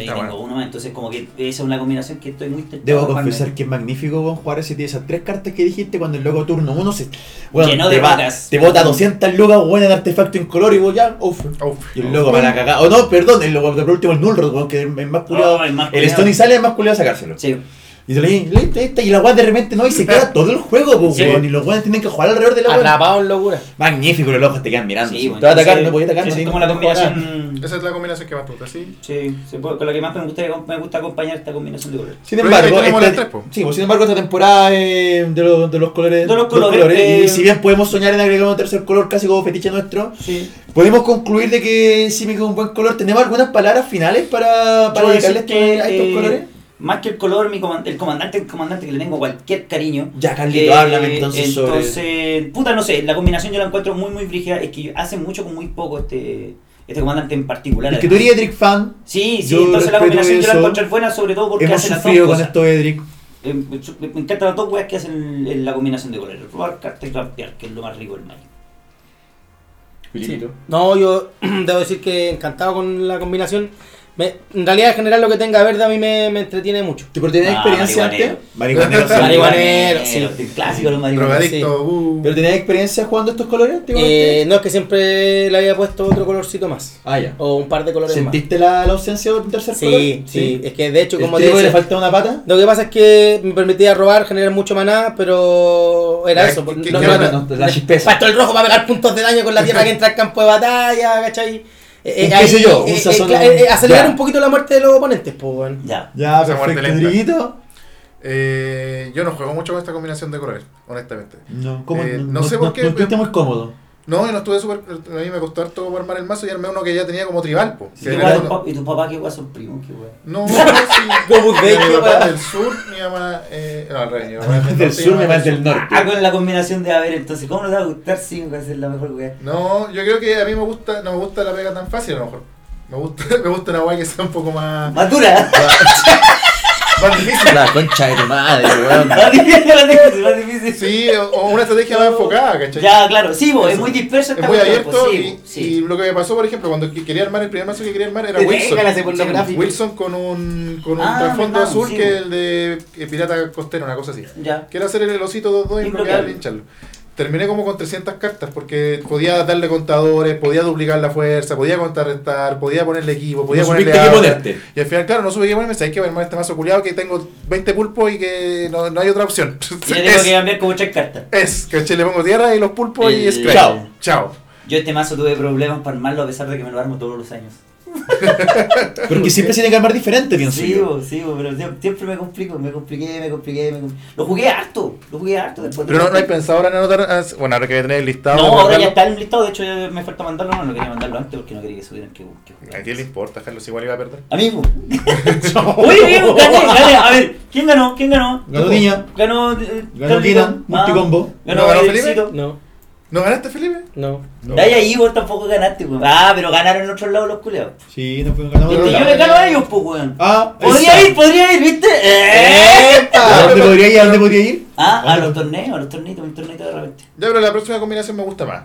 Sí,
ahí
está
tengo
bueno.
uno más. Entonces, como que esa es una combinación que estoy muy tentado
Debo
de jugarme.
confesar que es magnífico, weón, jugar ese tiene esas tres cartas que dijiste cuando el loco turno uno se... weón,
Llenó
te
de
va-
bocas.
Te bota 200 lucas, weón, en artefacto en color y vos ya, uff.
Uf.
Y el loco para cagar. O no, perdón, el loco, por último el Nullrod, weón, que es más culiado.
Oh, el más
el
culiao.
Stony sale es más culiado sacárselo.
Sí.
Y se le dice, esta, y la weá de repente no, y se queda todo el juego, po,
Sí.
weón. Y los weones tienen que jugar alrededor de la weá.
Atrapado en locura.
Magnífico, los locos te quedan mirando.
Sí,
si
bueno,
te va a atacar,
entonces,
no podía atacar.
esa
sí,
es como
no
la
puedes atacar.
combinación.
Esa es la combinación que más te gusta, ¿sí?
Sí, se puede- con la que más me gusta, me gusta acompañar esta combinación de colores.
Sin
Pero ahí
embargo,
tenemos
esta,
las tres, po.
sí, pues, sin embargo, esta temporada eh, de, los, de los colores.
De los
dos
colores, eh,
y si bien podemos soñar en agregar un tercer color casi como fetiche nuestro,
Sí.
podemos concluir de que Simic es un buen color. ¿Tenemos algunas palabras finales Ah, para, para dedicarle esto- a estos colores?
eh, Más que el color, mi coman- el comandante, el comandante que le tengo cualquier cariño.
Ya, Carlito,
Eh,
háblame entonces sobre-
entonces, puta, no sé, la combinación yo la encuentro muy, muy brígida. Es que hace mucho con muy poco este, este comandante en particular.
Es que tú
además.
eres Edric fan.
Sí, sí,
Yo
entonces la
respeto
combinación yo la
eso.
encuentro buena, sobre todo porque
Hemos
hace las dos
sufrido con
cosas.
esto, Edric.
Eh, Me me encantan las dos weas que hacen en la combinación de colores. Robar cartas y trampear, que es lo más rico del Magic.
Filipito.
No, yo *clears throat* debo decir que encantado con la combinación. Me- en realidad, en general, lo que tenga verde a mí me, me entretiene mucho.
¿Te tenías
Ah,
experiencia
marihuanero.
antes?
*laughs*
Marihuanero, sí.
Marihuanero, sí.
El clásico de los marihuaneros.
Drogadicto. uh.
¿Pero tenías experiencia jugando estos colores? ¿Te
Eh,
gustaste?
no, es que siempre le había puesto otro colorcito más.
Ah, ya.
O un par de colores
¿Sentiste la, la ausencia de un tercer
más.
color?
Sí, sí, Es que de hecho,
¿El
como te
trigo que le
decía,
falta una pata?
lo que pasa es que me permitía robar, generar mucho maná, pero era
Ya,
eso.
¿qué-
pues,
qué-
no-
qué
no-
habla?
no-
la chispeza.
Pasto el rojo va a pegar puntos de daño con la tierra que entra al campo de batalla, ¿cachai? Eh,
Un
eh,
qué
ahí,
sé yo, un
eh, eh,
sazón-
cla- eh, eh, acelerar
Ya.
un poquito la muerte de los oponentes, pues, weón.
Ya.
Ya,
Esa muerte
perfecto.
lenta.
Triguito.
Eh, yo no juego mucho con esta combinación de colores, honestamente.
No,
¿cómo? Eh, no sé por qué,
No estuviste muy cómodo.
No, yo no estuve súper. A mí me costó harto armar el mazo y armé uno que ya tenía como tribal. Po,
¿Y
que
tu,
era
papá,
uno-
y tu papá qué guay son primos, qué guay.
No, no, sí.
Como
Mi
de que,
papá es
weón.
del sur, mi mamá. Eh, no, al revés, mi mamá
Además
es
del
norte y
sur
mi
me
mamá
va
es del
del norte.
Ah, con la combinación de haber, entonces, ¿cómo nos va a gustar si va a ser la mejor weá?
No, yo creo que a mí me gusta, no me gusta la pega tan fácil a lo mejor. Me gusta, *laughs* me gusta una guay que sea un poco más,
Más dura. *laughs*
más difícil.
La concha de tu madre, weón.
Más difícil, más difícil, más difícil.
Sí, o, o una estrategia más enfocada, ¿cachai?
Ya, claro, sí, vos, es muy disperso
es muy
cuestión,
abierto
pues,
y,
sí,
y
sí.
lo que me pasó, por ejemplo, cuando que- quería armar el primer mazo que quería armar era Wilson.
Deténgala, se pornográfica.
Wilson con un, con un
Ah,
trasfondo
verdad,
azul
sí.
que el de eh, Pirata Costero, una cosa así.
Ya.
Quiero hacer el osito 2-2 y bloquearlo
Imbloqueable.
y hincharlo. Terminé como con 300 cartas porque podía darle contadores, podía duplicar la fuerza, podía contrarrestar, podía ponerle equipo, podía
No
ponerle.
supiste qué
agua.
ponerte.
Y al final, claro, no supe qué ponerme. Sabéis que voy a armar este mazo culiado que tengo 20 pulpos y que no, no hay otra opción.
Yo tengo
*laughs*
que
es,
cambiar como tres cartas.
es, ¿cachai? Le pongo tierra y los pulpos y
Eh,
es crack.
chao.
Chao.
Yo este mazo tuve problemas para armarlo a pesar de que me lo armo todos los años.
Porque siempre se tiene que armar diferente, pienso
Sí,
yo.
vos, sí, vos, pero sie- siempre me complico, me compliqué, me compliqué, me compliqué. Lo jugué harto, lo jugué harto después. de-
Pero no, no hay pensado ahora en anotar. ah, Bueno, ahora que voy a tener el listado.
No,
voy a
ahora ya
guardarlo.
está en listado, de hecho ya me falta mandarlo, no, no quería mandarlo antes porque no quería que subieran que, que
¿A quién le importa, Carlos? Igual iba a perder.
Amigo. Oye, amigo, gané, gané. A ver, ¿quién ganó? ¿Quién ganó?
Ganó Niña.
Ganó. eh,
Ganó
Carlito.
Kina, multicombo.
Ganó
¿No ganó
Gabrielcito.
No,
¿No ganaste, Felipe?
no.
No.
De ahí ahí vos tampoco ganaste, weón. Ah, pero ganaron en otro lado los culeados.
Sí, no fuimos ganamos.
Viste,
no, no,
yo le
no,
gano
no.
a ellos, pues, weón.
Ah,
Podría ir, podría ir, ¿viste? ¡Eh!
¿A dónde podría ir? ¿A dónde podría ir?
Ah, a los torneos, a los torneitos, un torneito de repente.
Ya, pero la próxima combinación me gusta más.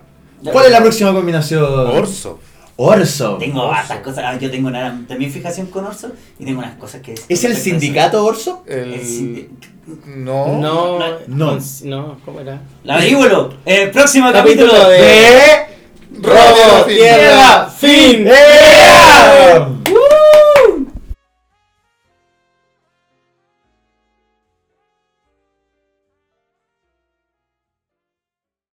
¿Cuál es la próxima combinación?
Orso.
Orso.
Tengo hartas cosas. Ah, yo tengo una, también fijación con Orso y tengo unas cosas que.
¿Es el sindicato Orso?
El...
El sindi-
Eh, Oh, No.
No,
No.
no, ¿cómo era?
Labríbulo. El próximo
Capítulo
capítulo
de-
Robo, tierra,
fin.
¡Eh!